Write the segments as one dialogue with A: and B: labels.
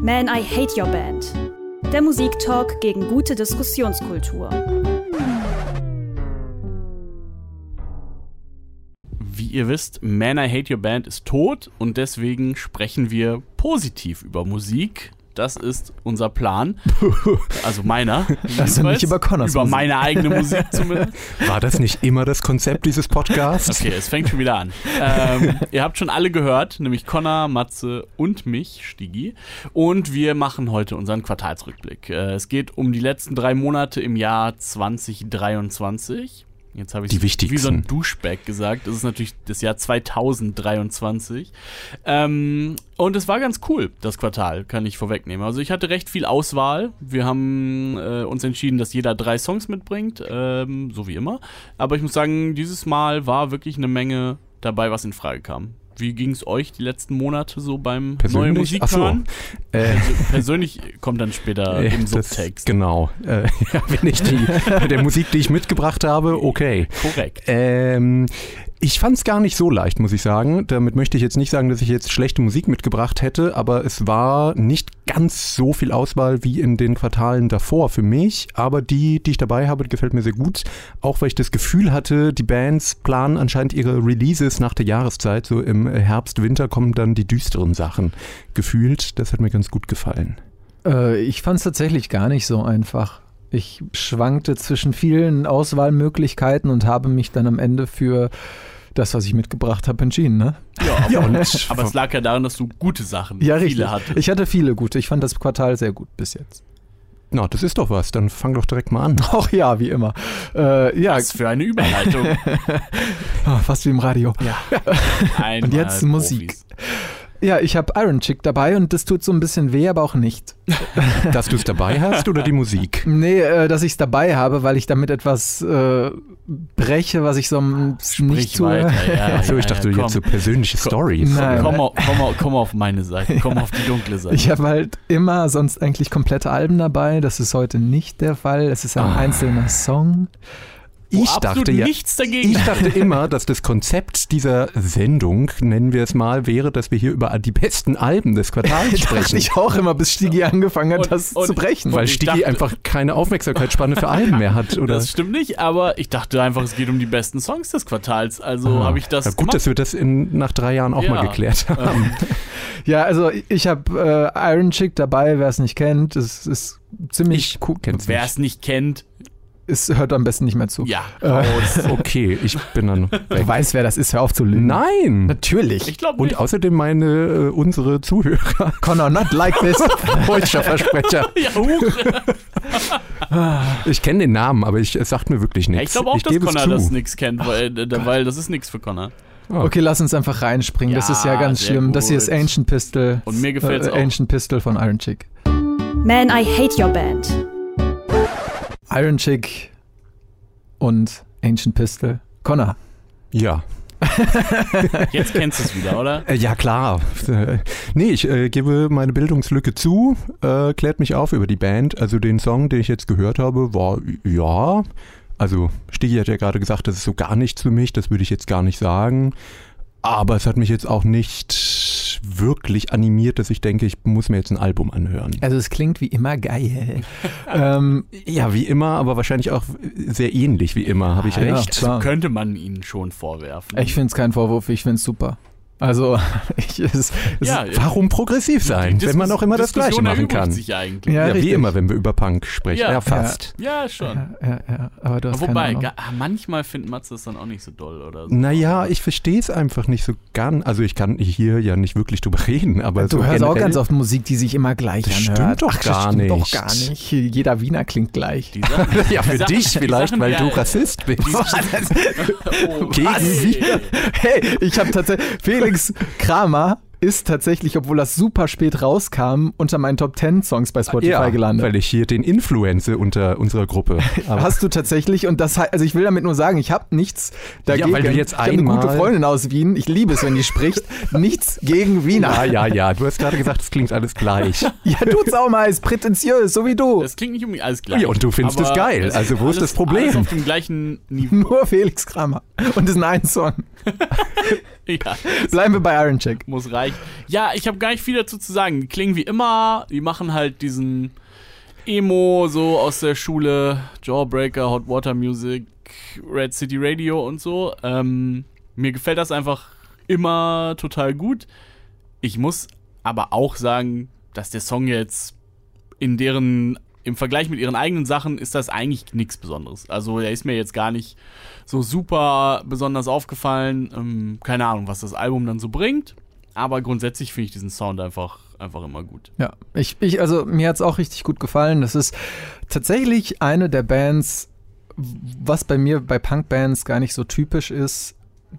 A: Man, I Hate Your Band. Der Musiktalk gegen gute Diskussionskultur.
B: Wie ihr wisst, Man, I Hate Your Band ist tot und deswegen sprechen wir positiv über Musik. Das ist unser Plan. Also meiner.
C: Also nicht über Connors
B: Über
C: Musik.
B: meine eigene Musik zumindest.
D: War das nicht immer das Konzept dieses Podcasts?
B: Okay, es fängt schon wieder an. Ähm, ihr habt schon alle gehört, nämlich Connor, Matze und mich, Stigi. Und wir machen heute unseren Quartalsrückblick. Äh, es geht um die letzten drei Monate im Jahr 2023. Jetzt habe ich
D: Die
B: wie so ein
D: wichtigsten.
B: Duschback gesagt. Das ist natürlich das Jahr 2023. Ähm, und es war ganz cool, das Quartal, kann ich vorwegnehmen. Also ich hatte recht viel Auswahl. Wir haben äh, uns entschieden, dass jeder drei Songs mitbringt, ähm, so wie immer. Aber ich muss sagen, dieses Mal war wirklich eine Menge dabei, was in Frage kam. Wie ging es euch die letzten Monate so beim neuen
D: Persönlich?
B: Musik
D: Ach so.
B: hören?
D: Äh,
B: Also persönlich kommt dann später
D: äh,
B: im
D: das-
B: Subtext.
D: Genau. Äh, ja, wenn ich die, bei der Musik, die ich mitgebracht habe, okay.
B: Korrekt.
D: Ähm, ich fand es gar nicht so leicht, muss ich sagen. Damit möchte ich jetzt nicht sagen, dass ich jetzt schlechte Musik mitgebracht hätte, aber es war nicht ganz so viel Auswahl wie in den Quartalen davor für mich. Aber die, die ich dabei habe, gefällt mir sehr gut. Auch weil ich das Gefühl hatte, die Bands planen anscheinend ihre Releases nach der Jahreszeit. So im Herbst, Winter kommen dann die düsteren Sachen. Gefühlt, das hat mir ganz gut gefallen.
C: Äh, ich fand es tatsächlich gar nicht so einfach. Ich schwankte zwischen vielen Auswahlmöglichkeiten und habe mich dann am Ende für das, was ich mitgebracht habe, entschieden. Ne?
B: Ja, aber, aber es lag ja daran, dass du gute Sachen, viele hattest.
C: Ich hatte viele gute. Ich fand das Quartal sehr gut bis jetzt.
D: Na, das ist doch was. Dann fang doch direkt mal an.
C: Auch ja, wie immer. Äh, ja,
B: Was für eine Überleitung.
C: ah, fast wie im Radio.
B: Einmal
C: Und jetzt Musik.
B: Profis.
C: Ja, ich habe Iron Chick dabei und das tut so ein bisschen weh, aber auch nicht.
D: Dass du es dabei hast oder die Musik?
C: Nee, äh, dass ich es dabei habe, weil ich damit etwas äh, breche, was ich sonst nicht
B: Sprich
C: tue.
B: weiter. Ja,
D: Achso,
B: ja,
D: ich dachte
B: ja, komm.
D: jetzt so persönliche Stories.
C: Nein.
B: Komm, au- komm, au- komm auf meine Seite, komm auf die dunkle Seite.
C: Ich habe halt immer sonst eigentlich komplette Alben dabei. Das ist heute nicht der Fall. Es ist ein
D: Ah.
C: einzelner Song.
B: Wo
D: Ich
B: absolut
D: dachte ja,
B: nichts dagegen.
D: ich dachte immer, dass das Konzept dieser Sendung, nennen wir es mal, wäre, dass wir hier über die besten Alben des Quartals
C: Dachte
D: sprechen.
C: ich auch immer, bis Stigi angefangen hat,
B: Und-
C: das
B: und-
C: zu brechen.
D: weil
B: ich
D: Stigi
B: dachte-
D: einfach keine Aufmerksamkeitsspanne für Alben mehr hat. Oder?
B: das stimmt nicht, aber ich dachte einfach, es geht um die besten Songs des Quartals. Also
D: Ah,
B: habe ich das
D: ja, gut, dass
B: gemacht.
D: wir das in, nach drei Jahren auch
B: Ja. Ähm.
D: mal geklärt haben.
C: ja, also ich habe äh, Iron Chick dabei, wer es nicht kennt. Es ist ziemlich cool.
D: kenn's
B: Wer es nicht kennt,
C: Es hört am besten nicht mehr zu.
B: ja.
D: Äh. nicht. Okay, ich bin dann
C: Du
D: weg.
C: weißt, wer das ist, hör auf zu lügen.
D: Nein!
C: Natürlich.
B: Ich glaube
D: Und
B: nicht.
D: außerdem meine, äh, unsere Zuhörer.
C: Connor, not like this.
D: Deutscher Versprecher.
B: Ja, huch.
D: Ich kenne den Namen, aber ich, es sagt mir wirklich
B: Ja, ich
D: nichts.
B: glaube auch, dass
D: gebe es
B: Connor
D: zu.
B: das nix kennt, weil, äh, weil das ist nix für Connor.
C: Okay, lass uns einfach reinspringen. das
B: Ja,
C: ist ja ganz
B: sehr
C: schlimm. Das hier ist
B: gut.
C: Ancient Pistol. Äh,
B: Und mir gefällt's auch.
C: Ancient Pistol von Iron Chick.
A: Man, I Hate Your Band.
C: Iron Chick und Ancient Pistol. Connor.
D: Ja.
B: Jetzt kennst du es wieder, oder?
D: Äh, Ja, klar. Äh, Nee, ich äh, gebe meine Bildungslücke zu, äh, klärt mich auf über die Band. Also den Song, den ich jetzt gehört habe, war ja. Also Stigi hat ja gerade gesagt, das ist so gar nichts für mich, das würde ich jetzt gar nicht sagen. Aber es hat mich jetzt auch nicht wirklich animiert, dass ich denke, ich muss mir jetzt ein Album anhören.
C: Also es klingt wie immer geil. ähm,
D: Ja, wie immer, aber wahrscheinlich auch sehr ähnlich wie immer, habe ich
C: Ja,
D: recht.
C: klar.
B: Könnte man ihnen schon vorwerfen.
C: ich finde es kein Vorwurf, ich finde es super. Also, ich, es, es
B: Ja,
D: Also, Warum progressiv sein,
B: die
D: wenn man
B: Diskus-
D: auch immer das
B: Diskussion
D: Gleiche machen
B: erübrigt
D: kann?
B: Sich eigentlich.
C: Ja,
D: Ja,
C: richtig.
D: wie immer, wenn wir über Punk sprechen.
B: Ja.
D: Ja, fast.
B: ja schon.
C: ja, ja, ja, aber du hast
B: Wobei,
C: keine Ahnung.
B: ga- ah, manchmal findet Matze das dann auch nicht so doll oder so.
D: Naja, ich verstehe es einfach nicht so ganz. Also ich kann hier ja nicht wirklich drüber reden, aber
C: Du
D: so
C: hörst auch
D: Also generell-
C: ganz oft Musik, die sich immer gleich
D: Das stimmt
C: anhört.
D: doch
C: Ach, das
D: gar
C: stimmt doch
D: nicht.
C: gar nicht. Jeder Wiener klingt gleich.
B: Die Sachen,
D: Ja, für
B: die Sachen-
D: dich
B: die
D: vielleicht,
B: Sachen
D: weil du
B: der-
D: Rassist bist.
B: die Oh,
D: Gegen
B: was?
D: sie.
C: Hey, ich habe tatsächlich. Felix Kramer ist tatsächlich, obwohl das super spät rauskam, unter meinen Top 10 Songs bei Spotify
D: ja,
C: gelandet.
D: weil ich hier den Influencer unter unserer Gruppe. Aber
C: Hast du tatsächlich, und das, he- also ich will damit nur sagen, ich habe nichts dagegen.
D: weil du jetzt
C: ich habe eine
D: einmal-
C: gute Freundin aus Wien, ich liebe es, wenn die spricht. nichts gegen
D: ja,
C: Wiener.
D: ja, ja. Du hast gerade gesagt, es klingt alles gleich.
C: Ja, du Zauma ist prätentiös, so wie du.
B: Das klingt nicht irgendwie alles gleich.
D: Ja, und du findest
B: aber
D: es geil.
B: es
D: Also, wo ist
B: alles-
D: das Problem?
B: Alles auf dem gleichen Niveau.
C: Nur Felix Kramer. Und das ist ein Song.
B: ja,
C: Bleiben wir bei Iron Check.
B: muss reichen. Ja, ich habe gar nicht viel dazu zu sagen. Die klingen wie immer, die machen halt diesen Emo so aus der Schule, Jawbreaker, Hot Water Music, Red City Radio und so. Ähm, mir gefällt das einfach immer total gut. Ich muss aber auch sagen, dass der Song jetzt in deren im Vergleich mit ihren eigenen Sachen ist das eigentlich nichts Besonderes. Also der ist mir jetzt gar nicht so super besonders aufgefallen. Ähm, keine Ahnung, was das Album dann so bringt. Aber grundsätzlich finde ich diesen Sound einfach, einfach immer gut.
C: Ja, ich, ich also mir hat's auch richtig gut gefallen. Das ist tatsächlich eine der Bands, was bei mir bei Punkbands gar nicht so typisch ist,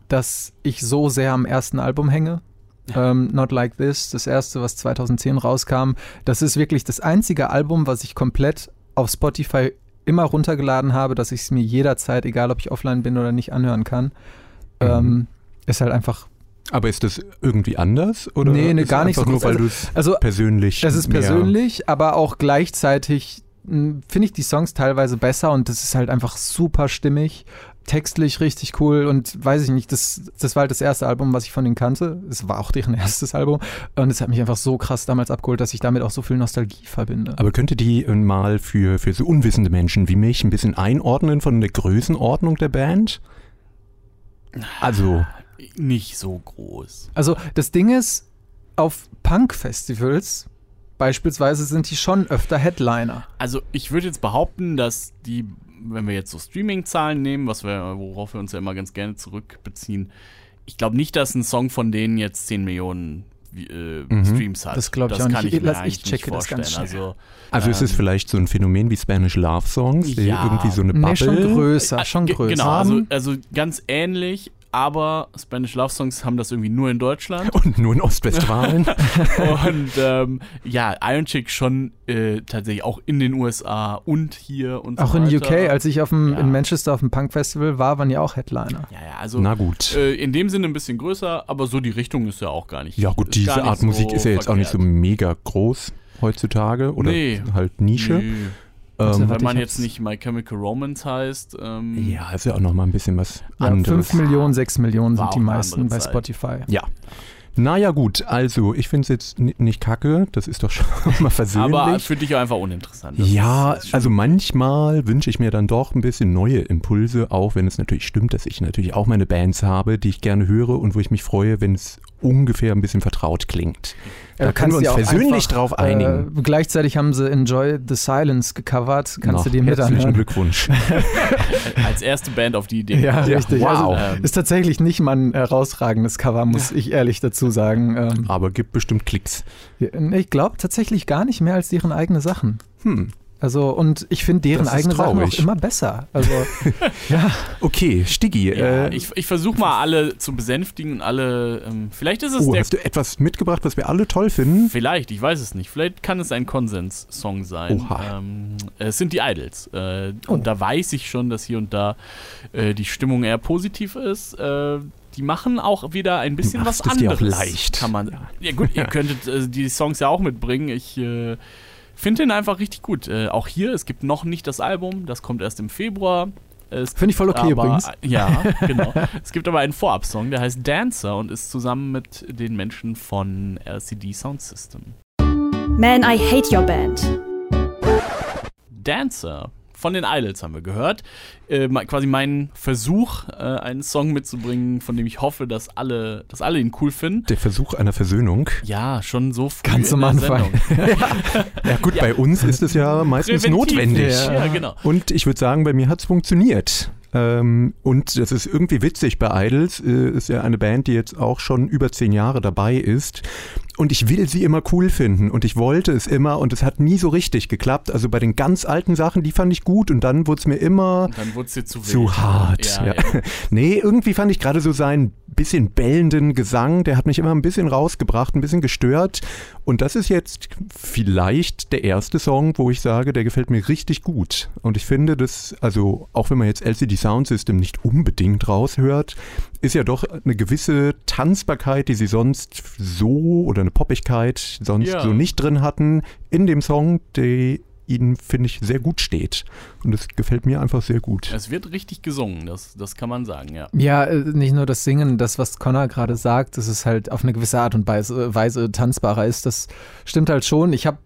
C: dass ich so sehr am ersten Album hänge. Ähm, Not Like This, das erste, was 2010 rauskam. Das ist wirklich das einzige Album, was ich komplett auf Spotify immer runtergeladen habe, dass ich es mir jederzeit, egal ob ich offline bin oder nicht, anhören kann. Ähm, ist halt einfach
D: Aber ist das irgendwie anders? Oder
C: Nee, nee,
D: ist
C: gar nicht so
D: einfach Nur
C: groß.
D: weil du es
C: also
D: persönlich.
C: es ist
D: mehr-
C: persönlich, aber auch gleichzeitig mh, finde ich die Songs teilweise besser und das ist halt einfach super stimmig, textlich richtig cool und weiß ich nicht, das, das war halt das erste Album, was ich von denen kannte. Es war auch deren erstes Album und es hat mich einfach so krass damals abgeholt, dass ich damit auch so viel Nostalgie verbinde.
D: Aber könnte die äh, mal für, für so unwissende Menschen wie mich ein bisschen einordnen von der Größenordnung der Band? Also,
B: Nicht so groß.
C: Also das Ding ist, auf Punk-Festivals beispielsweise sind die schon öfter Headliner.
B: Also ich würde jetzt behaupten, dass die, wenn wir jetzt so Streaming-Zahlen nehmen, was wir, worauf wir uns ja immer ganz gerne zurückbeziehen, ich glaube nicht, dass ein Song von denen jetzt 10 Millionen wie- äh, Streams hat.
C: Mhm. Das glaub ich
B: das
C: auch
B: kann
C: nicht.
B: Ich, mir
C: Lass- ich
B: eigentlich
C: checke
B: nicht
C: das
B: vorstellen.
C: ganz schnell.
B: Also,
D: also ist es
B: Ähm,
D: vielleicht so ein Phänomen wie Spanish Love Songs, die
B: Ja.
D: irgendwie so eine Bubble.
C: Nee, schon größer,
B: Ah,
C: schon
B: ge-
C: größer. Mhm.
B: Genau, also, also ganz ähnlich, aber Spanish Love Songs haben das irgendwie nur in Deutschland.
D: und nur in Ostwestfalen.
B: Und ähm, ja, Iron Chick schon äh, tatsächlich auch in den USA und hier und
C: Auch
B: so
C: in
B: weiter.
C: UK, als ich auf dem,
B: Ja.
C: in Manchester auf dem Punk-Festival war, waren die auch Headliner.
B: Ja, ja, also
D: Na gut.
B: äh, in dem Sinne ein bisschen größer, aber so die Richtung ist ja auch gar nicht.
D: Ja, gut,
B: ist gar
D: diese
B: nicht
D: Art Musik
B: so
D: ist ja jetzt auch nicht so
B: verkehrt.
D: mega groß heutzutage oder
B: Nee.
D: halt Nische.
B: Nö,
D: Ähm,
B: Wenn
C: Warte,
B: man
C: ich
B: jetzt
C: hab's-
B: nicht My Chemical Romance heißt, ähm,
D: ja, ist ja auch nochmal ein bisschen was
C: Ja,
D: anderes.
C: 5 Millionen, 6 Millionen
B: War
C: sind
B: auch
C: die
B: halt. eine
C: meisten
B: andere
C: bei
B: Zeit.
C: Spotify. Äh,
D: ja. Naja, gut, also ich finde es jetzt ni- nicht kacke, das ist doch schon mal versöhnlich.
B: aber für dich auch einfach uninteressant. Das
D: ja,
B: ist- ist schon-
D: also manchmal wünsche ich mir dann doch ein bisschen neue Impulse, auch wenn es natürlich stimmt, dass ich natürlich auch meine Bands habe, die ich gerne höre und wo ich mich freue, wenn es ungefähr ein bisschen vertraut klingt. Da
C: Du
D: können
C: kannst
D: wir uns
C: dir auch
D: persönlich
C: einfach,
D: drauf einigen.
C: Äh, gleichzeitig haben sie Enjoy the Silence gecovert. Kannst
D: Na,
C: du dir mit
D: Herzlichen
C: anhören?
D: Glückwunsch.
B: äh, als erste Band auf die Idee.
D: Ja, wow.
C: Also,
B: Ähm,
C: ist tatsächlich nicht mal ein herausragendes Cover, muss ich ehrlich dazu sagen. Ähm,
D: Aber gibt bestimmt Klicks.
C: Ich glaube tatsächlich gar nicht mehr als deren eigene Sachen.
D: Hm.
C: Also, und ich finde deren
D: Das ist
C: eigene Sachen auch
D: traurig.
C: immer besser. Also, ja,
D: Okay, Stiggi.
B: Ja,
D: äh,
B: ich ich versuche mal alle zu besänftigen und alle. Ähm, vielleicht ist es
D: oh,
B: der.
D: hast du etwas mitgebracht, was wir alle toll finden?
B: Vielleicht, ich weiß es nicht. Vielleicht kann es ein Konsens-Song sein.
D: Oha.
B: Ähm, es sind die Idols. Äh,
C: Oh.
B: Und da weiß ich schon, dass hier und da äh, die Stimmung eher positiv ist. Äh, die machen auch wieder ein bisschen was
D: machst es dir auch
B: anderes.
D: leicht.
B: Kann man. Ja gut, ihr könntet äh, die Songs ja auch mitbringen. Ich äh, finde ihn einfach richtig gut. Äh, auch hier, es gibt noch nicht das Album. Das kommt erst im Februar. Es
C: finde ich voll
B: aber,
C: okay übrigens.
B: Ja, genau. es gibt aber einen Vorab-Song, der heißt Dancer und ist zusammen mit den Menschen von LCD Sound System.
A: Man, I hate your band.
B: Dancer von den Idols haben wir gehört. Äh, me- quasi mein Versuch, äh, einen Song mitzubringen, von dem ich hoffe, dass alle, dass alle ihn cool finden.
D: Der Versuch einer Versöhnung.
B: Ja, schon so früh
C: Ganz
B: in
C: am
B: der
C: Anfang.
B: Sendung.
D: Ja gut, bei uns ist es ja meistens
B: Präventiv.
D: notwendig.
C: Ja.
B: Ja, genau.
D: Und ich würde sagen, bei mir hat es funktioniert. Ähm, und das ist irgendwie witzig bei Idols. Äh, ist ja eine Band, die jetzt auch schon über zehn Jahre dabei ist. Und ich will sie immer cool finden. Und ich wollte es immer. Und es hat nie so richtig geklappt. Also bei den ganz alten Sachen, die fand ich gut. Und dann wurde es mir immer
B: Und dann wurde es dir zu wild.
D: zu hart.
B: Ja,
D: ja.
B: ja.
D: nee, irgendwie fand ich gerade so seinen bisschen bellenden Gesang, der hat mich immer ein bisschen rausgebracht, ein bisschen gestört. Und das ist jetzt vielleicht der erste Song, wo ich sage, der gefällt mir richtig gut. Und ich finde, das, also auch wenn man jetzt LCD Sound System nicht unbedingt raushört, ist ja doch eine gewisse Tanzbarkeit, die sie sonst so oder eine Poppigkeit sonst
B: Ja.
D: so nicht drin hatten, in dem Song, die ihnen, finde ich, sehr gut steht. Und das gefällt mir einfach sehr gut.
B: Es wird richtig gesungen, das, das kann man sagen, ja.
C: Ja, äh, nicht nur das Singen, das, was Connor gerade sagt, dass es halt auf eine gewisse Art und Weise, Weise tanzbarer ist, das stimmt halt schon. Ich habe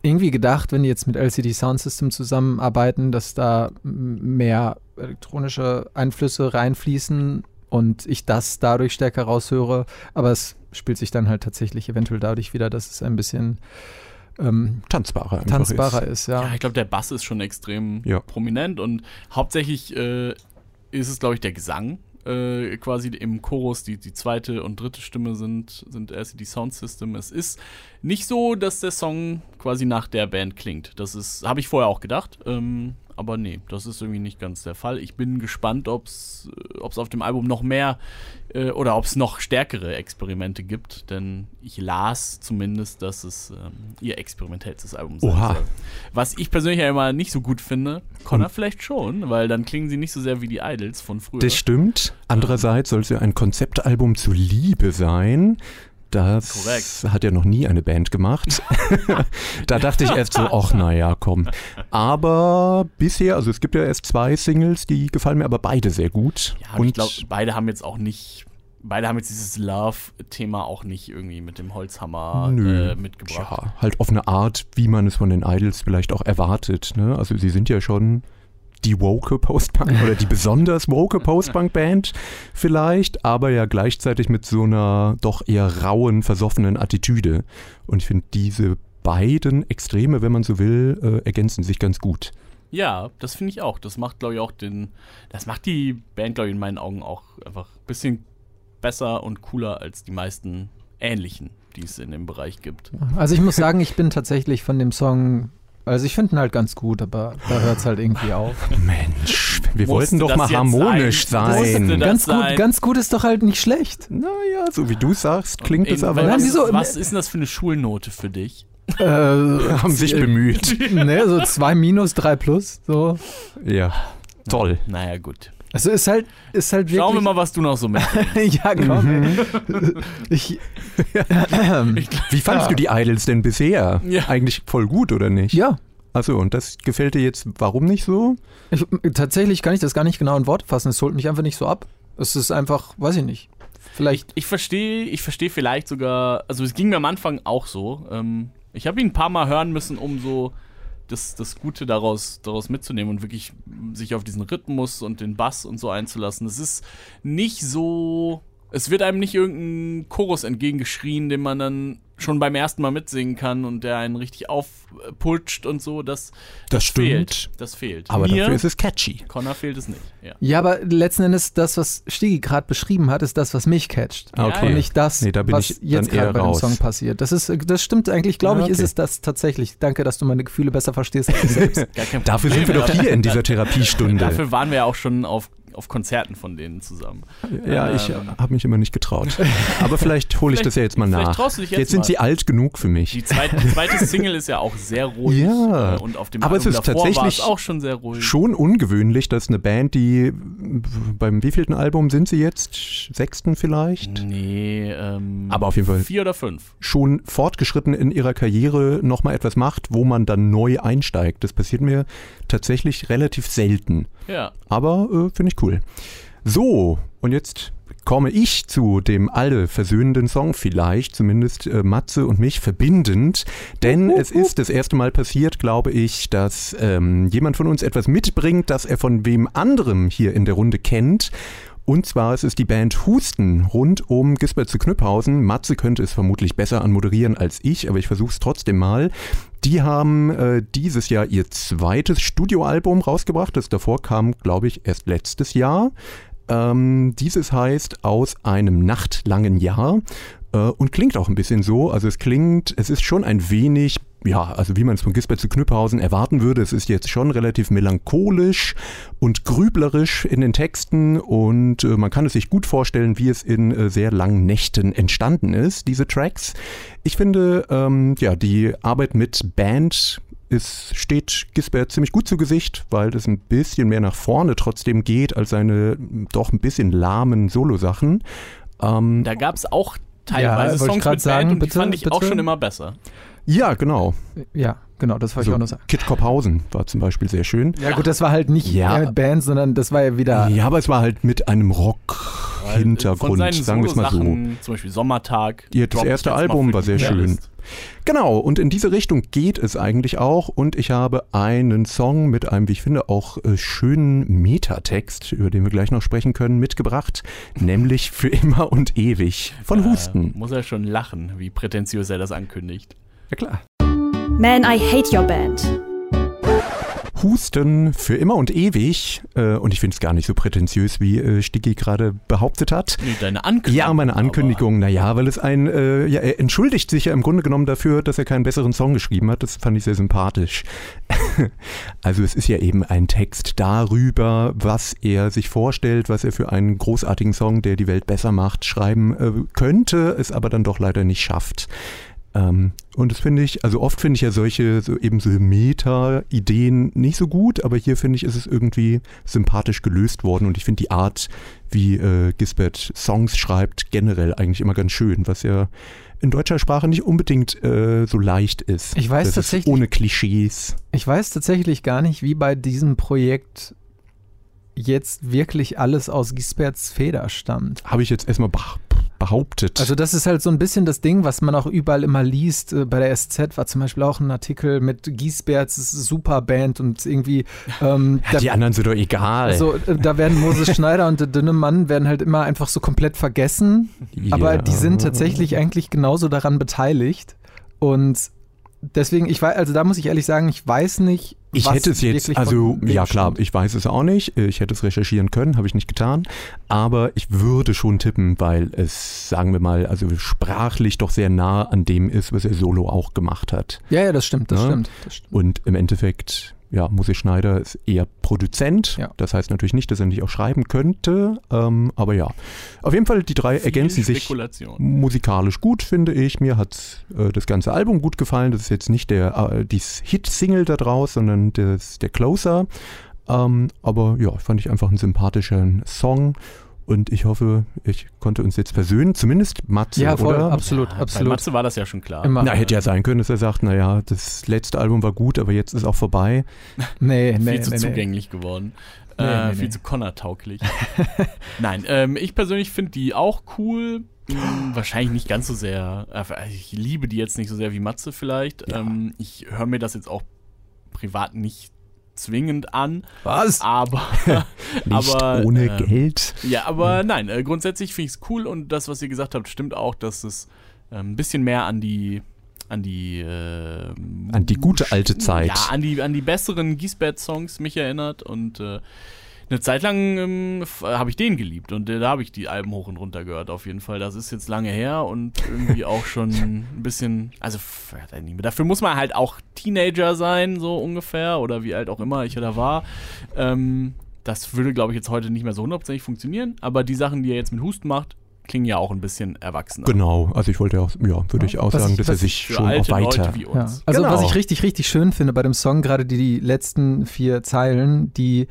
C: irgendwie gedacht, wenn die jetzt mit LCD Sound System zusammenarbeiten, dass da m- mehr elektronische Einflüsse reinfließen und ich das dadurch stärker raushöre. Aber es spielt sich dann halt tatsächlich eventuell dadurch wieder, dass es ein bisschen ähm,
D: Tanzbarer einfach
C: tanzbarer
D: ist.
C: ist.
B: Ja,
C: ja.
B: ich glaube, der Bass ist schon extrem
D: Ja.
B: prominent und hauptsächlich äh, ist es, glaube ich, der Gesang. Äh, quasi im Chorus, die, die zweite und dritte Stimme sind, sind LCD Sound System. Es ist nicht so, dass der Song quasi nach der Band klingt. Das ist, habe ich vorher auch gedacht. Ähm, aber nee, das ist irgendwie nicht ganz der Fall. Ich bin gespannt, ob es auf dem Album noch mehr äh, oder ob es noch stärkere Experimente gibt. Denn ich las zumindest, dass es ähm, ihr experimentellstes Album sein
D: Oha.
B: soll. Was ich persönlich ja immer nicht so gut finde. Connor vielleicht schon, weil dann klingen sie nicht so sehr wie die Idols von früher.
D: Das stimmt. Andererseits soll es ja ein Konzeptalbum zur Liebe sein. Das
B: Korrekt.
D: hat ja noch nie eine Band gemacht. da dachte ich erst so, ach naja, komm. Aber bisher, also es gibt ja erst zwei Singles, die gefallen mir aber beide sehr gut.
B: ja, und ich glaube, beide haben jetzt auch nicht. Beide haben jetzt dieses Love-Thema auch nicht irgendwie mit dem Holzhammer
D: Nö.
B: äh, mitgebracht.
D: Tja, halt auf eine Art, wie man es von den Idols vielleicht auch erwartet. Ne? Also sie sind ja schon die woke Post-Punk oder die besonders woke Post-Punk-Band vielleicht, aber ja gleichzeitig mit so einer doch eher rauen, versoffenen Attitüde. Und ich finde diese beiden Extreme, wenn man so will, äh, ergänzen sich ganz gut.
B: Ja, das finde ich auch. Das macht, glaube ich, auch den. Das macht die Band, glaube ich, in meinen Augen auch einfach ein bisschen besser und cooler als die meisten ähnlichen, die es in dem Bereich gibt.
C: Also ich muss sagen, ich bin tatsächlich von dem Song, also ich finde ihn halt ganz gut, aber da hört es halt irgendwie auf.
D: Mensch, wir
B: Musste
D: wollten doch
B: das
D: mal
B: jetzt
D: harmonisch
B: sein? Musste
D: sein.
B: das-
C: ganz gut,
B: sein.
C: ganz gut ist doch halt nicht schlecht.
D: Naja, so wie du sagst, klingt es
B: Eben,
D: aber.
B: weil
C: Nein,
B: was,
C: wieso?
B: was ist denn das für eine Schulnote für dich?
C: Äh, haben
D: sich bemüht.
C: ne, so 2 minus, 3 plus, so.
D: Ja, toll.
B: Naja, gut.
C: Also ist halt, ist halt wirklich.
B: Schauen wir mal, was du noch so mit.
C: ja, komm. Ich,
D: Wie fandest du die Idols denn bisher?
B: Ja.
D: Eigentlich voll gut, oder nicht?
C: ja,
D: Achso, und das gefällt dir jetzt warum nicht so?
C: ich, tatsächlich kann ich das gar nicht genau in Worte fassen. Es holt mich einfach nicht so ab. Es ist einfach, weiß ich nicht. Vielleicht.
B: Ich verstehe, ich verstehe vielleicht sogar, also es ging mir am Anfang auch so. Ähm, ich habe ihn ein paar Mal hören müssen, um so das, das Gute daraus, daraus mitzunehmen und wirklich sich auf diesen Rhythmus und den Bass und so einzulassen. Es ist nicht so, es wird einem nicht irgendein Chorus entgegengeschrien, den man dann schon beim ersten Mal mitsingen kann und der einen richtig aufputscht und so. Das,
D: Das
B: fehlt. Das fehlt.
D: Aber
B: mir,
D: dafür ist es catchy.
B: Connor fehlt es nicht. Ja.
C: Ja, aber letzten Endes, das, was Stigi gerade beschrieben hat, ist das, was mich catcht.
D: Ah,
B: Ja,
C: Und
B: ja.
C: nicht das,
D: Nee, da bin
C: was
D: ich dann
C: jetzt gerade
D: eher
C: bei dem
D: raus.
C: Song passiert. Das, ist, das stimmt eigentlich, glaube
D: Ja,
C: ich, ist
D: okay.
C: es das tatsächlich. Danke, dass du meine Gefühle besser verstehst als ich selbst.
B: Gar kein
D: Dafür sind wir
B: Problem.
D: doch hier in dieser Therapiestunde.
B: Dafür waren wir ja auch schon auf, auf Konzerten von denen zusammen.
D: Ja, ich
B: Ähm.
D: habe mich immer nicht getraut. Aber vielleicht hole ich das ja jetzt mal
B: Vielleicht
D: nach.
B: traust du dich jetzt
D: jetzt sind
B: mal.
D: sie alt genug für mich.
B: Die zweite, die zweite Single ist ja auch sehr ruhig.
D: Ja.
B: äh, Und auf dem
D: Aber es
B: Album
D: ist
B: davor war es
D: tatsächlich
B: auch schon sehr ruhig.
D: Schon ungewöhnlich, dass eine Band, die beim wievielten Album sind sie jetzt? Sechsten
B: Hm.
D: vielleicht?
B: Nee, ähm,
D: Aber auf jeden Fall
B: vier oder fünf.
D: schon fortgeschritten in ihrer Karriere nochmal etwas macht, wo man dann neu einsteigt. Das passiert mir tatsächlich relativ selten.
B: Ja.
D: Aber äh, finde ich cool. So, und jetzt komme ich zu dem alle versöhnenden Song vielleicht, zumindest äh, Matze und mich verbindend. Denn es ist das erste Mal passiert, glaube ich, dass ähm, jemand von uns etwas mitbringt, das er von wem anderem hier in der Runde kennt. Und zwar es ist die Band Husten rund um Gisbert zu Knüpphausen. Matze könnte es vermutlich besser anmoderieren als ich, aber ich versuche es trotzdem mal. Die haben äh, dieses Jahr ihr zweites Studioalbum rausgebracht. Das davor kam, glaube ich, erst letztes Jahr. Ähm, dieses heißt aus einem nachtlangen Jahr äh, und klingt auch ein bisschen so. Also es klingt, es ist schon ein wenig, ja, also wie man es von Gisbert zu Knüpphausen erwarten würde. Es ist jetzt schon relativ melancholisch und grüblerisch in den Texten und äh, man kann es sich gut vorstellen, wie es in äh, sehr langen Nächten entstanden ist, diese Tracks. Ich finde, ähm, ja, die Arbeit mit Band es steht Gisbert ziemlich gut zu Gesicht, weil es ein bisschen mehr nach vorne trotzdem geht als seine m, doch ein bisschen lahmen Solo-Sachen. Ähm,
B: Da gab es auch teilweise
C: wollte ich
B: Songs
C: grad
B: mit
C: sagen,
B: Band und
C: bitte,
B: die fand ich auch
C: bitte.
B: schon immer besser. Äh,
D: Ja, genau.
C: Ja, genau, das wollte ich
D: So,
C: auch noch sagen.
D: Kit Kopphausen war zum Beispiel sehr schön.
C: Ja, gut, das war halt nicht
D: Ja.
C: mehr mit Bands, sondern das war ja wieder.
D: Ja, aber es war halt mit einem Rock-Hintergrund, sagen wir es mal so.
B: Solo-Sachen, Zum Beispiel Sommertag.
D: Ja, das
B: droppe ich
D: erste
B: jetzt mal
D: Album
B: für
D: war
B: die
D: sehr schön.
B: Playlist.
D: Genau, und in diese Richtung geht es eigentlich auch. Und ich habe einen Song mit einem, wie ich finde, auch äh, schönen Metatext, über den wir gleich noch sprechen können, mitgebracht. Nämlich für immer und ewig von
B: Äh,
D: Husten.
B: muss er schon lachen, wie prätentiös er das ankündigt.
D: Ja, klar.
A: Man, I hate your band.
D: Husten für immer und ewig. Äh, und ich finde es gar nicht so prätentiös, wie äh, Sticky gerade behauptet hat.
B: Nee, deine Ankündigung.
D: Ja, meine Ankündigung, naja, weil es ein, äh, ja, er entschuldigt sich ja im Grunde genommen dafür, dass er keinen besseren Song geschrieben hat. Das fand ich sehr sympathisch. also es ist ja eben ein Text darüber, was er sich vorstellt, was er für einen großartigen Song, der die Welt besser macht, schreiben äh, könnte, es aber dann doch leider nicht schafft. Ähm, und das finde ich, also oft finde ich ja solche so eben so Meta-Ideen nicht so gut, aber hier finde ich, ist es irgendwie sympathisch gelöst worden und ich finde die Art, wie äh, Gisbert Songs schreibt, generell eigentlich immer ganz schön, was ja in deutscher Sprache nicht unbedingt äh, so leicht ist.
C: Ich weiß
D: das
C: tatsächlich-
D: Ist ohne Klischees.
C: Ich weiß tatsächlich gar nicht, wie bei diesem Projekt jetzt wirklich alles aus Gisberts Feder stammt.
D: Habe ich jetzt erstmal beh- behauptet.
C: Also das ist halt so ein bisschen das Ding, was man auch überall immer liest. Äh, Bei der SZ war zum Beispiel auch ein Artikel mit Giesberts Superband und irgendwie ähm,
D: ja, die anderen sind doch egal.
C: also, äh, da werden Moses Schneider und der dünne Mann werden halt immer einfach so komplett vergessen. Aber
D: Ja.
C: die sind tatsächlich eigentlich genauso daran beteiligt. Und deswegen, ich weiß, also da muss ich ehrlich sagen, ich weiß nicht,
D: Ich
C: was
D: hätte es jetzt,
C: wirklich
D: also
C: von wem
D: ja klar,
C: stammt.
D: ich weiß es auch nicht. Ich hätte es recherchieren können, habe ich nicht getan. Aber ich würde schon tippen, weil es, sagen wir mal, also sprachlich doch sehr nah an dem ist, was er solo auch gemacht hat.
C: Ja, ja, das stimmt, das
D: Ja.
C: stimmt. Das stimmt.
D: Und im Endeffekt, ja, Mose Schneider ist eher Produzent.
C: Ja.
D: Das heißt natürlich nicht, dass er nicht auch schreiben könnte. Ähm, aber ja, auf jeden Fall, die drei
B: Viel
D: ergänzen sich
B: Spekulation.
D: musikalisch gut, finde ich. Mir hat äh, das ganze Album gut gefallen. Das ist jetzt nicht der, äh, die Hit-Single da draus, sondern das, der Closer. Ähm, aber ja, fand ich einfach einen sympathischen Song. Und ich hoffe, ich konnte uns jetzt persönlich, zumindest Matze,
C: Ja, voll,
D: oder?
C: absolut,
B: Bei
C: absolut.
B: Matze war das ja schon klar.
C: Immer.
D: Na, hätte ja sein können, dass er sagt, naja, das letzte Album war gut, aber jetzt ist auch vorbei.
C: Nee,
B: viel
C: nee,
B: zu
C: nee, nee.
B: zugänglich geworden.
C: Nee,
B: äh,
C: nee,
B: viel
C: nee.
B: zu Connor-tauglich. Nein, ähm, ich persönlich finde die auch cool. Hm, wahrscheinlich nicht ganz so sehr. äh, Ich liebe die jetzt nicht so sehr wie Matze vielleicht. Ähm, ich höre mir das jetzt auch privat nicht zwingend an,
C: Was?
B: aber
D: Nicht
B: Aber,
D: ohne
B: äh,
D: Geld.
B: ja,
C: Hm.
B: aber nein, äh, grundsätzlich finde ich es cool und das, was ihr gesagt habt, stimmt auch, dass es äh, ein bisschen mehr an die an die äh,
D: An die gute alte Zeit.
B: ja, an die, an die besseren Giesbert-Songs mich erinnert und äh, eine Zeit lang ähm, f- äh, habe ich den geliebt und äh, da habe ich die Alben hoch und runter gehört auf jeden Fall. Das ist jetzt lange her und irgendwie auch schon ein bisschen, also f- weiß ich nicht mehr. dafür muss man halt auch Teenager sein, so ungefähr oder wie alt auch immer ich da war. Ähm, das würde, glaube ich, jetzt heute nicht mehr so hundertprozentig funktionieren, aber die Sachen, die er jetzt mit Husten macht, klingen ja auch ein bisschen erwachsener.
D: Genau, also ich wollte ja auch, ja, würde ich auch
C: Was
D: sagen,
C: ich-
D: dass er
C: was
D: sich
B: Für
D: schon auch
B: alte
D: weiter.
B: Leute wie
C: Ja.
B: uns.
C: Also
D: Genau.
C: was ich richtig, richtig schön finde bei dem Song, gerade die, die letzten vier Zeilen, die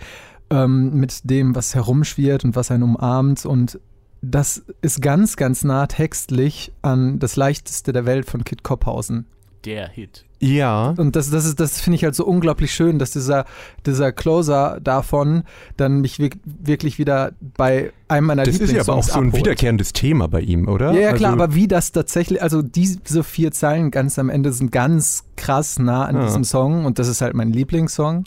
C: ähm, mit dem, was herumschwirrt und was einen umarmt und das ist ganz, ganz nah textlich an das Leichteste der Welt von Kit Kopphausen.
B: Der Hit.
D: ja,
C: Und das, das ist, das finde ich halt so unglaublich schön, dass dieser, dieser Closer davon dann mich wirk- wirklich wieder bei einem meiner
D: das ist ja aber auch
C: Lieblingssongs
D: so ein
C: abholt.
D: wiederkehrendes Thema bei ihm, oder?
C: Ja, ja klar,
D: also,
C: aber wie das tatsächlich, also diese vier Zeilen ganz am Ende sind ganz krass nah an
D: Ja.
C: diesem Song und das ist halt mein Lieblingssong.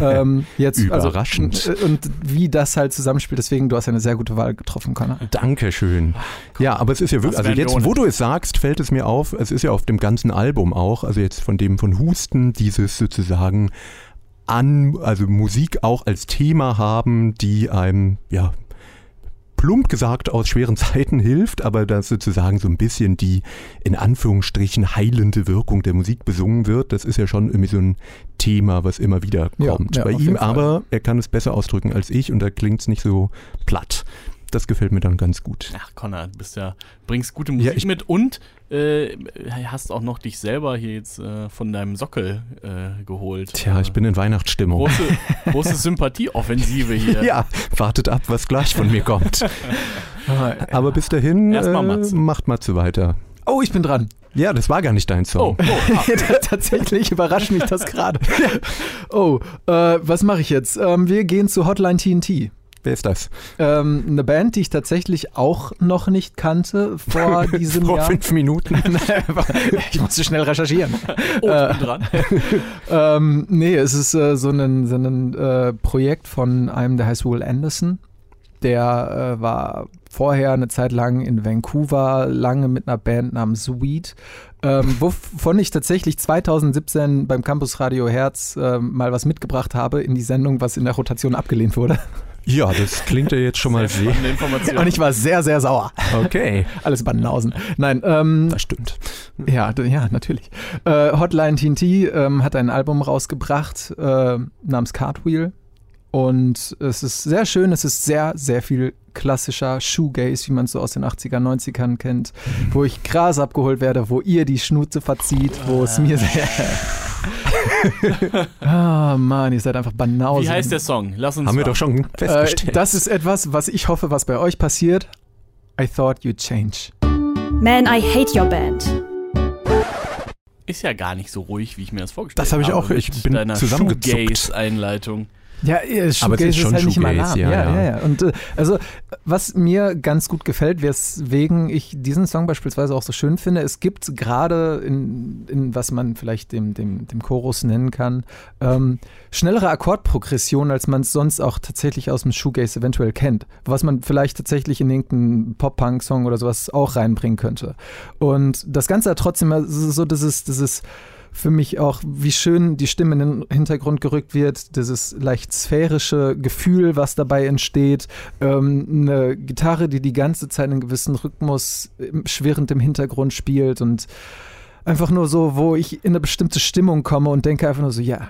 C: ähm, jetzt,
D: Überraschend.
C: Also, und wie das halt zusammenspielt, deswegen, du hast eine sehr gute Wahl getroffen, Connor.
D: Dankeschön. Ja, aber es ist ja wirklich,
B: Was
D: also
B: wären wir
D: jetzt,
B: ohne?
D: wo du es sagst, fällt es mir auf, es ist ja auf dem ganzen Album auch, also jetzt von dem von Husten, dieses sozusagen an, also Musik auch als Thema haben, die einem, ja, plump gesagt aus schweren Zeiten hilft, aber dass sozusagen so ein bisschen die in Anführungsstrichen heilende Wirkung der Musik besungen wird, das ist ja schon irgendwie so ein Thema, was immer wieder
C: Ja,
D: kommt.
C: ja,
D: Bei
C: auf
D: ihm
C: jeden Fall.
D: aber, er kann es besser ausdrücken als ich und da klingt es nicht so platt. Das gefällt mir dann ganz gut.
B: Ach, Connor, du bist ja, bringst gute Musik
D: ich-
B: mit und äh, hast auch noch dich selber hier jetzt äh, von deinem Sockel äh, geholt.
D: Tja, ich bin in Weihnachtsstimmung.
B: Große, große Sympathieoffensive hier.
D: Ja, wartet ab, was gleich von mir kommt. Aber bis dahin
B: Erst mal
D: äh,
B: Matze.
D: macht Matze weiter.
C: Oh, ich bin dran.
D: Ja, das war gar nicht dein Song.
B: Oh, oh.
C: Tatsächlich überrascht mich das gerade. Oh, äh, was mache ich jetzt? Ähm, wir gehen zu Hotline TNT.
D: Wer ist das?
C: Ähm, eine Band, die ich tatsächlich auch noch nicht kannte vor diesem
D: Vor
C: Jahr.
D: fünf Minuten.
C: ich musste schnell recherchieren.
B: oh ich bin dran.
C: Ähm, nee, es ist äh, so ein, so ein äh, Projekt von einem, der heißt Will Anderson. Der äh, war vorher eine Zeit lang in Vancouver, lange mit einer Band namens Sweet, ähm, wovon ich tatsächlich 2017 beim Campus Radio Herz äh, mal was mitgebracht habe in die Sendung, was in der Rotation abgelehnt wurde.
D: Ja, das klingt ja jetzt schon mal weh.
B: Spannende Information.
C: Und ich war sehr, sehr sauer.
D: Okay.
C: Alles Bandenhausen. Nein, ähm,
D: Das stimmt.
C: Ja, d- ja, natürlich. Äh, Hotline TNT ähm, hat ein Album rausgebracht äh, namens Cartwheel. Und es ist sehr schön, es ist sehr, sehr viel klassischer Shoegaze, wie man es so aus den 80er, 90ern kennt, wo ich Gras abgeholt werde, wo ihr die Schnute verzieht, wo es mir sehr... Ah, Mann, ihr seid einfach Banausen.
B: Wie heißt der Song? Lass uns
D: Haben wir doch schon
C: Äh,
D: festgestellt.
C: das ist etwas, was ich hoffe, was bei euch passiert. I thought you'd change.
A: Man, I hate your band.
B: Ist ja gar nicht so ruhig, wie ich mir das vorgestellt
D: Das habe ich auch.
B: mit
D: Ich bin
B: deiner
D: zusammengezuckt.
B: Shoegaze-Einleitung.
C: Ja, äh, Shoegaze
D: Aber es ist schon
C: halt nicht im
D: Shoegaze,
C: Alarm.
D: ja,
C: ja, ja,
D: ja.
C: ja. Und äh, also, was mir ganz gut gefällt, weswegen ich diesen Song beispielsweise auch so schön finde, es gibt gerade in, in was man vielleicht dem, dem, dem Chorus nennen kann, ähm, schnellere Akkordprogression, als man es sonst auch tatsächlich aus dem Shoegaze eventuell kennt. Was man vielleicht tatsächlich in irgendeinen Pop-Punk-Song oder sowas auch reinbringen könnte. Und das Ganze hat trotzdem so dieses, dieses für mich auch, wie schön die Stimme in den Hintergrund gerückt wird, dieses leicht sphärische Gefühl, was dabei entsteht, ähm, eine Gitarre, die die ganze Zeit einen gewissen Rhythmus ähm, schwirrend im Hintergrund spielt und einfach nur so, wo ich in eine bestimmte Stimmung komme und denke einfach nur so, ja,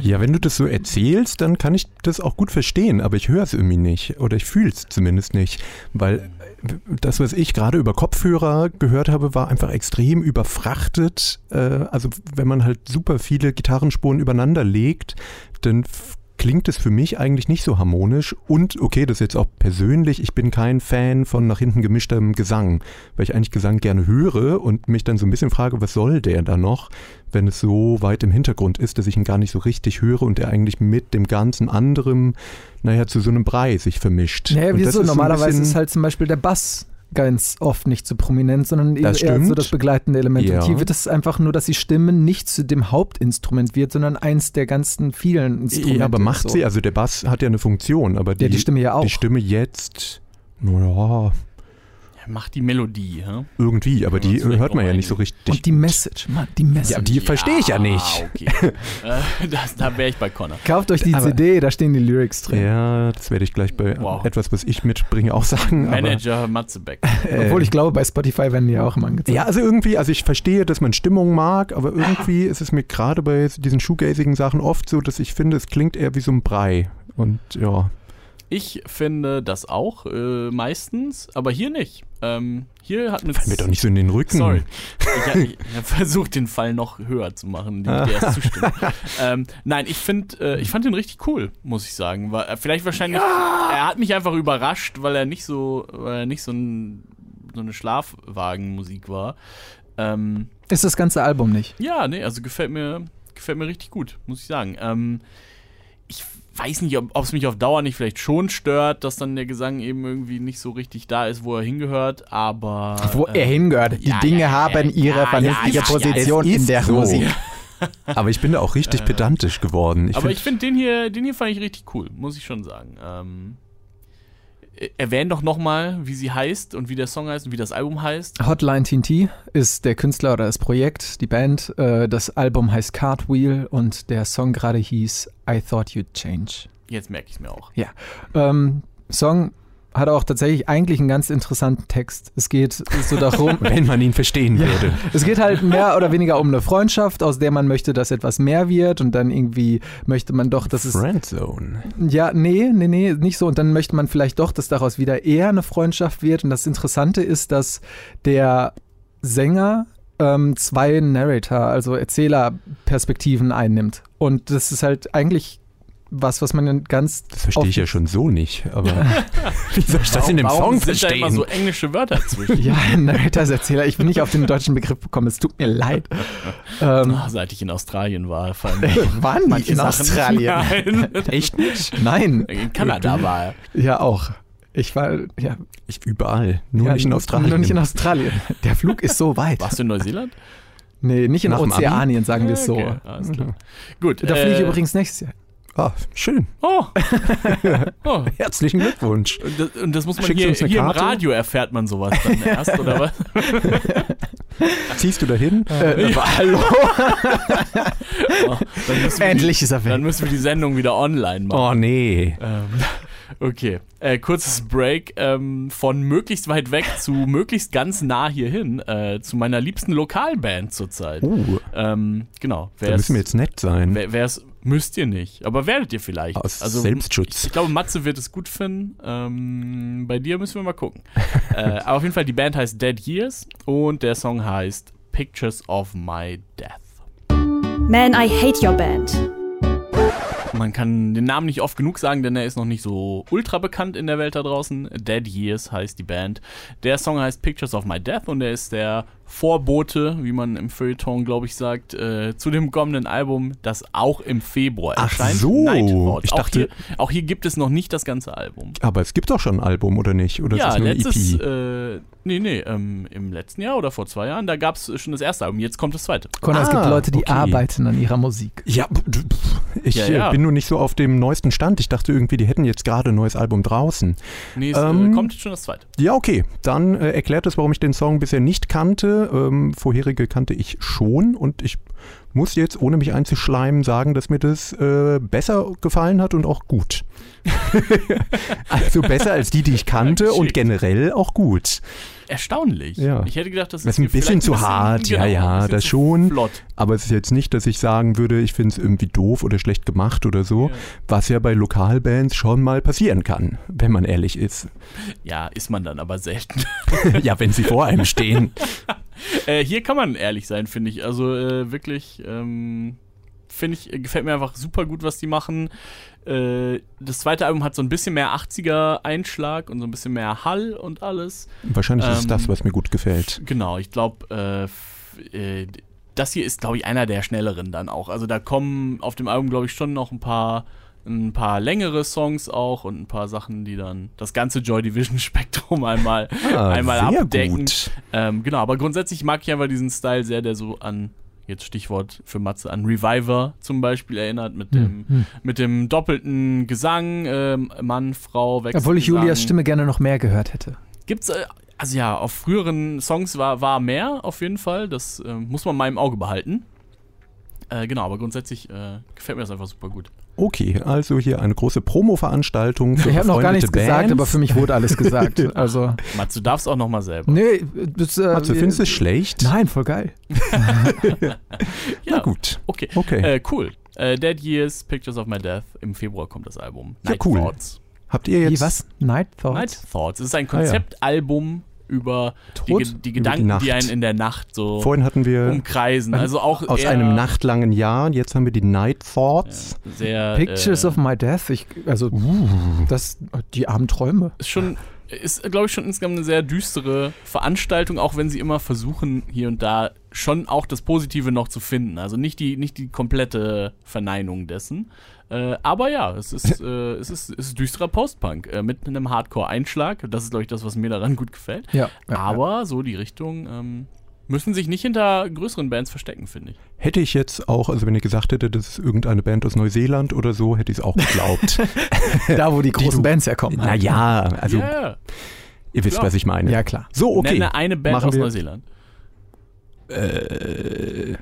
D: Ja, wenn du das so erzählst, dann kann ich das auch gut verstehen, aber ich höre es irgendwie nicht oder ich fühle es zumindest nicht, weil äh, das, was ich gerade über Kopfhörer gehört habe, war einfach extrem überfrachtet. Äh, Also wenn man halt super viele Gitarrenspuren übereinander legt, dann f- klingt es für mich eigentlich nicht so harmonisch und okay, das ist jetzt auch persönlich, ich bin kein Fan von nach hinten gemischtem Gesang, weil ich eigentlich Gesang gerne höre und mich dann so ein bisschen frage, was soll der da noch? wenn es so weit im Hintergrund ist, dass ich ihn gar nicht so richtig höre und er eigentlich mit dem ganzen anderen, naja, zu so einem Brei sich vermischt.
C: naja,
D: und das
C: wieso?
D: ist so ein
C: ne, Normalerweise
D: bisschen-
C: ist halt zum Beispiel der Bass ganz oft nicht so prominent, sondern eher
D: Das
C: so
D: stimmt.
C: das begleitende Element.
D: Ja.
C: Und hier wird es einfach nur, dass die Stimme nicht zu dem Hauptinstrument wird, sondern eins der ganzen vielen Instrumente.
D: Ja, aber macht
C: so.
D: sie, also der Bass hat ja eine Funktion, aber die,
C: Ja, die Stimme ja auch.
D: die Stimme jetzt, naja,
B: Ja, mach die Melodie. Hä?
D: irgendwie, aber
B: Können wir
D: die
B: uns vielleicht
D: hört man ja
B: drauf
D: nicht so
B: einigen.
D: richtig.
C: Und die Message, Mann, die Message.
D: ja, die verstehe ich ja nicht.
B: Okay. äh, das, da wäre ich bei Connor.
C: Kauft euch die
D: Aber-
C: CD, da stehen die Lyrics drin.
D: Ja, das werde ich gleich bei
B: Wow.
D: etwas, was ich mitbringe, auch sagen. aber-
B: Manager Matzebeck.
C: Obwohl ich glaube, bei Spotify werden die ja auch immer angezeigt.
D: äh. Ja, also irgendwie, also ich verstehe, dass man Stimmung mag, aber irgendwie ist es mir gerade bei diesen shoegazigen Sachen oft so, dass ich finde, es klingt eher wie so ein Brei. Und ja,
B: Ich finde das auch äh, meistens, aber hier nicht. Ähm, hier hat eine.
D: fall mir doch nicht so in den Rücken.
B: Sorry. Ich, hab- ich habe versucht, den Fall noch höher zu machen, den ich dir erst zustimme. ähm, nein, ich find, äh, ich fand den richtig cool, muss ich sagen. War, äh, vielleicht wahrscheinlich, er hat mich einfach überrascht, weil er nicht so, weil er nicht so, ein, so eine Schlafwagenmusik war. Ähm,
C: Ist das ganze Album nicht?
B: ja, nee, also gefällt mir, gefällt mir richtig gut, muss ich sagen. Ähm, ich weiß nicht, ob es mich auf Dauer nicht vielleicht schon stört, dass dann der Gesang eben irgendwie nicht so richtig da ist, wo er hingehört, aber. äh,
C: hingehört. Die
B: ja, Dinge ja, ja, haben ihre ja, vernünftige ja, ja, Position
D: es in ist der so. Musik. Aber ich bin da auch richtig pedantisch geworden. Ich
B: Äh. aber
D: find-
B: ich finde den hier, den hier fand ich richtig cool, muss ich schon sagen. Ähm, äh, erwähn doch nochmal, wie sie heißt und wie der Song heißt und wie das Album heißt.
C: Hotline TNT ist der Künstler oder das Projekt, die Band. Äh, Das Album heißt Cartwheel und der Song gerade hieß I Thought You'd Change.
B: Jetzt merke ich es mir auch.
C: Ja. Ähm, Song hat auch tatsächlich eigentlich einen ganz interessanten Text. Es geht so darum,
D: wenn man ihn verstehen würde.
C: Es geht halt mehr oder weniger um eine Freundschaft, aus der man möchte, dass etwas mehr wird und dann irgendwie möchte man doch, dass es.
D: Friendzone.
C: Ja, nee, nee, nee, nicht so. Und dann möchte man vielleicht doch, dass daraus wieder eher eine Freundschaft wird. Und das Interessante ist, dass der Sänger ähm, zwei Narrator, also Erzählerperspektiven einnimmt. Und das ist halt eigentlich was, was man dann ganz.
D: Das verstehe ich ja schon so nicht, aber wie soll ich das in dem Song
B: Warum sind da
D: verstehen?
B: immer so englische Wörter zwischen?
C: Ja, Narrator als Erzähler. Ich bin nicht auf den deutschen Begriff gekommen. Es tut mir leid. Ähm,
B: Ah, seit ich in Australien war, fallen mir
C: waren die
B: manche
C: in
B: Sachen-
C: Australien?
B: Nein.
D: Echt nicht?
C: Nein.
B: In Kanada war.
C: Ja, auch. Ich war, ja.
D: Ich, überall. Nur
C: ja,
D: nicht in Australien.
C: Nur nicht in Australien. Der Flug ist so weit.
B: Warst du in Neuseeland?
C: Nee, nicht in
D: Nach dem Abi?
C: Ozeanien, sagen wir es so.
B: Okay, alles klar. Gut.
C: Da fliege ich
B: äh,
C: übrigens nächstes Jahr.
D: ah, schön.
B: Oh. oh.
D: Herzlichen Glückwunsch.
B: Und das, und das muss man
D: Schickst du
B: hier,
D: uns eine
B: hier im
D: Karte?
B: Radio erfährt man sowas dann erst, oder was?
D: Ziehst du dahin?
C: Äh, Hallo?
B: Oh, dann, müssen wir die,
C: Endlich ist er
B: dann
C: weg.
B: müssen wir die Sendung wieder online machen.
D: Oh nee.
B: Ähm, okay, äh, kurzes Break ähm, von möglichst weit weg zu möglichst ganz nah hierhin, äh, zu meiner liebsten Lokalband zurzeit.
D: Uh,
B: Ähm, genau,
D: da müssen wir jetzt nett sein.
B: wer es müsst ihr nicht, aber werdet ihr vielleicht.
D: Aus
B: also,
D: Selbstschutz.
B: Ich glaube, Matze wird es gut finden. Ähm, bei dir müssen wir mal gucken. äh, aber auf jeden Fall, die Band heißt Dead Years und der Song heißt Pictures of My Death.
A: Man, I hate your band.
B: Man kann den Namen nicht oft genug sagen, denn er ist noch nicht so ultra bekannt in der Welt da draußen. Dead Years heißt die Band. Der Song heißt Pictures of My Death und er ist der Vorbote, wie man im Feuilleton, glaube ich, sagt, äh, zu dem kommenden Album, das auch im Februar
D: Ach
B: erscheint.
D: so.
B: Nightwatch.
D: Ich
B: auch,
D: dachte-
B: hier, auch hier gibt es noch nicht das ganze Album.
D: Aber es gibt doch schon ein Album, oder nicht? Oder ist
B: ja,
D: es nur E eine
B: letztes,
D: EP?
B: äh, nee, nee, ähm, im letzten Jahr oder vor zwei Jahren, da gab es schon das erste Album, jetzt kommt das zweite.
C: Conor, es gibt
D: Ah,
C: Leute, die
D: okay.
C: arbeiten an ihrer Musik.
D: Ja, p- d- pf, ich
B: Ja, ja.
D: äh, bin nur nicht so auf dem neuesten Stand. Ich dachte irgendwie, die hätten jetzt gerade ein neues Album draußen.
B: Nee, es äh,
D: Ähm,
B: kommt jetzt schon das zweite.
D: Ja, okay. Dann äh, erklärt es, warum ich den Song bisher nicht kannte. Ähm, vorherige kannte ich schon und ich muss jetzt, ohne mich einzuschleimen, sagen, dass mir das äh, besser gefallen hat und auch gut. also besser als die, die ich kannte
B: Ja, geschickt.
D: und generell auch gut.
B: Erstaunlich.
D: Ja.
B: Ich hätte gedacht, das
D: Das ist ein bisschen
B: vielleicht
D: zu hart,
B: genau,
D: ja,
B: ein
D: ja,
B: bisschen
D: das
B: zu
D: schon.
B: Flott.
D: Aber es ist jetzt nicht, dass ich sagen würde, ich finde es irgendwie doof oder schlecht gemacht oder so,
B: Ja.
D: was ja bei Lokalbands schon mal passieren kann, wenn man ehrlich ist.
B: Ja, ist man dann aber selten.
D: ja, wenn sie vor einem stehen.
B: äh, hier kann man ehrlich sein, finde ich. Also äh, wirklich, ähm, finde ich, äh, gefällt mir einfach super gut, was die machen. Äh, das zweite Album hat so ein bisschen mehr 80er-Einschlag und so ein bisschen mehr Hall und alles.
D: Wahrscheinlich ist es
B: Ähm,
D: das, was mir gut gefällt.
B: Genau, ich glaube, äh, f- äh, das hier ist, glaube ich, einer der schnelleren dann auch. Also da kommen auf dem Album, glaube ich, schon noch ein paar, ein paar längere Songs auch und ein paar Sachen, die dann das ganze Joy Division Spektrum einmal,
D: Ah,
B: einmal
D: sehr
B: abdecken.
D: gut.
B: Ähm, genau, aber grundsätzlich mag ich einfach diesen Style sehr, der so an, jetzt Stichwort für Matze, an Reviver zum Beispiel erinnert, mit
C: Hm,
B: dem, mit dem doppelten Gesang, ähm, Mann, Frau, Wechsel.
C: Obwohl ich Julias Stimme gerne noch mehr gehört hätte.
B: Gibt's, äh, also ja, auf früheren Songs war, war mehr auf jeden Fall. Das äh, muss man mal im Auge behalten. Äh, genau, aber grundsätzlich äh, gefällt mir das einfach super gut.
D: Okay, also hier eine große Promo-Veranstaltung für
C: Ich habe noch gar nichts
D: befreundete Bands.
C: gesagt, aber für mich wurde alles gesagt. Also,
B: Mats, du darfst auch nochmal selber.
C: nee, das, äh,
D: Matze, findest du es schlecht?
C: Nein, voll geil.
B: Ja,
D: Na gut.
B: Okay,
D: Okay.
B: äh, cool. Äh, Dead Years, Pictures of My Death. Im Februar kommt das Album.
D: Ja, cool.
B: Thoughts.
D: Habt ihr
C: Wie,
D: jetzt
C: was? Night
B: Night
C: Thoughts?
B: Thoughts. Es ist ein
D: Ah, ja.
B: Konzeptalbum über die,
D: Tod?
B: Ge- die
D: Über die
B: Gedanken, die,
D: Nacht.
B: einen in der Nacht so
D: Vorhin hatten
C: Um
D: wir
B: umkreisen. Also auch
D: aus
B: eher
D: einem nachtlangen Jahr, jetzt haben wir die Night Thoughts.
B: sehr
C: Pictures
B: äh, Uh.
C: of My Death. Ich, also, das, die armen Träume.
B: ist schon, ist, glaube ich, schon insgesamt eine sehr düstere Veranstaltung, auch wenn sie immer versuchen, hier und da schon auch das Positive noch zu finden. Also nicht die, nicht die komplette Verneinung dessen. Äh, aber ja, es ist, äh, es ist, es ist düsterer Postpunk äh, mit einem Hardcore-Einschlag. Das ist, glaube ich, das, was mir daran gut gefällt.
C: Ja. ja,
B: aber so die Richtung ähm, müssen sich nicht hinter größeren Bands verstecken, finde ich.
D: Hätte ich jetzt auch, also wenn ihr gesagt hättet, das ist irgendeine Band aus Neuseeland oder so, hätte ich es auch geglaubt.
C: ja. Da, wo die großen
D: du-
C: Bands herkommen.
D: naja, also
B: yeah.
D: ihr wisst,
B: klar.
D: was ich meine.
C: Ja, Oh klar.
D: So, okay.
B: Nenne eine Band
D: Machen
B: aus
D: wir-
B: Neuseeland.
D: Äh,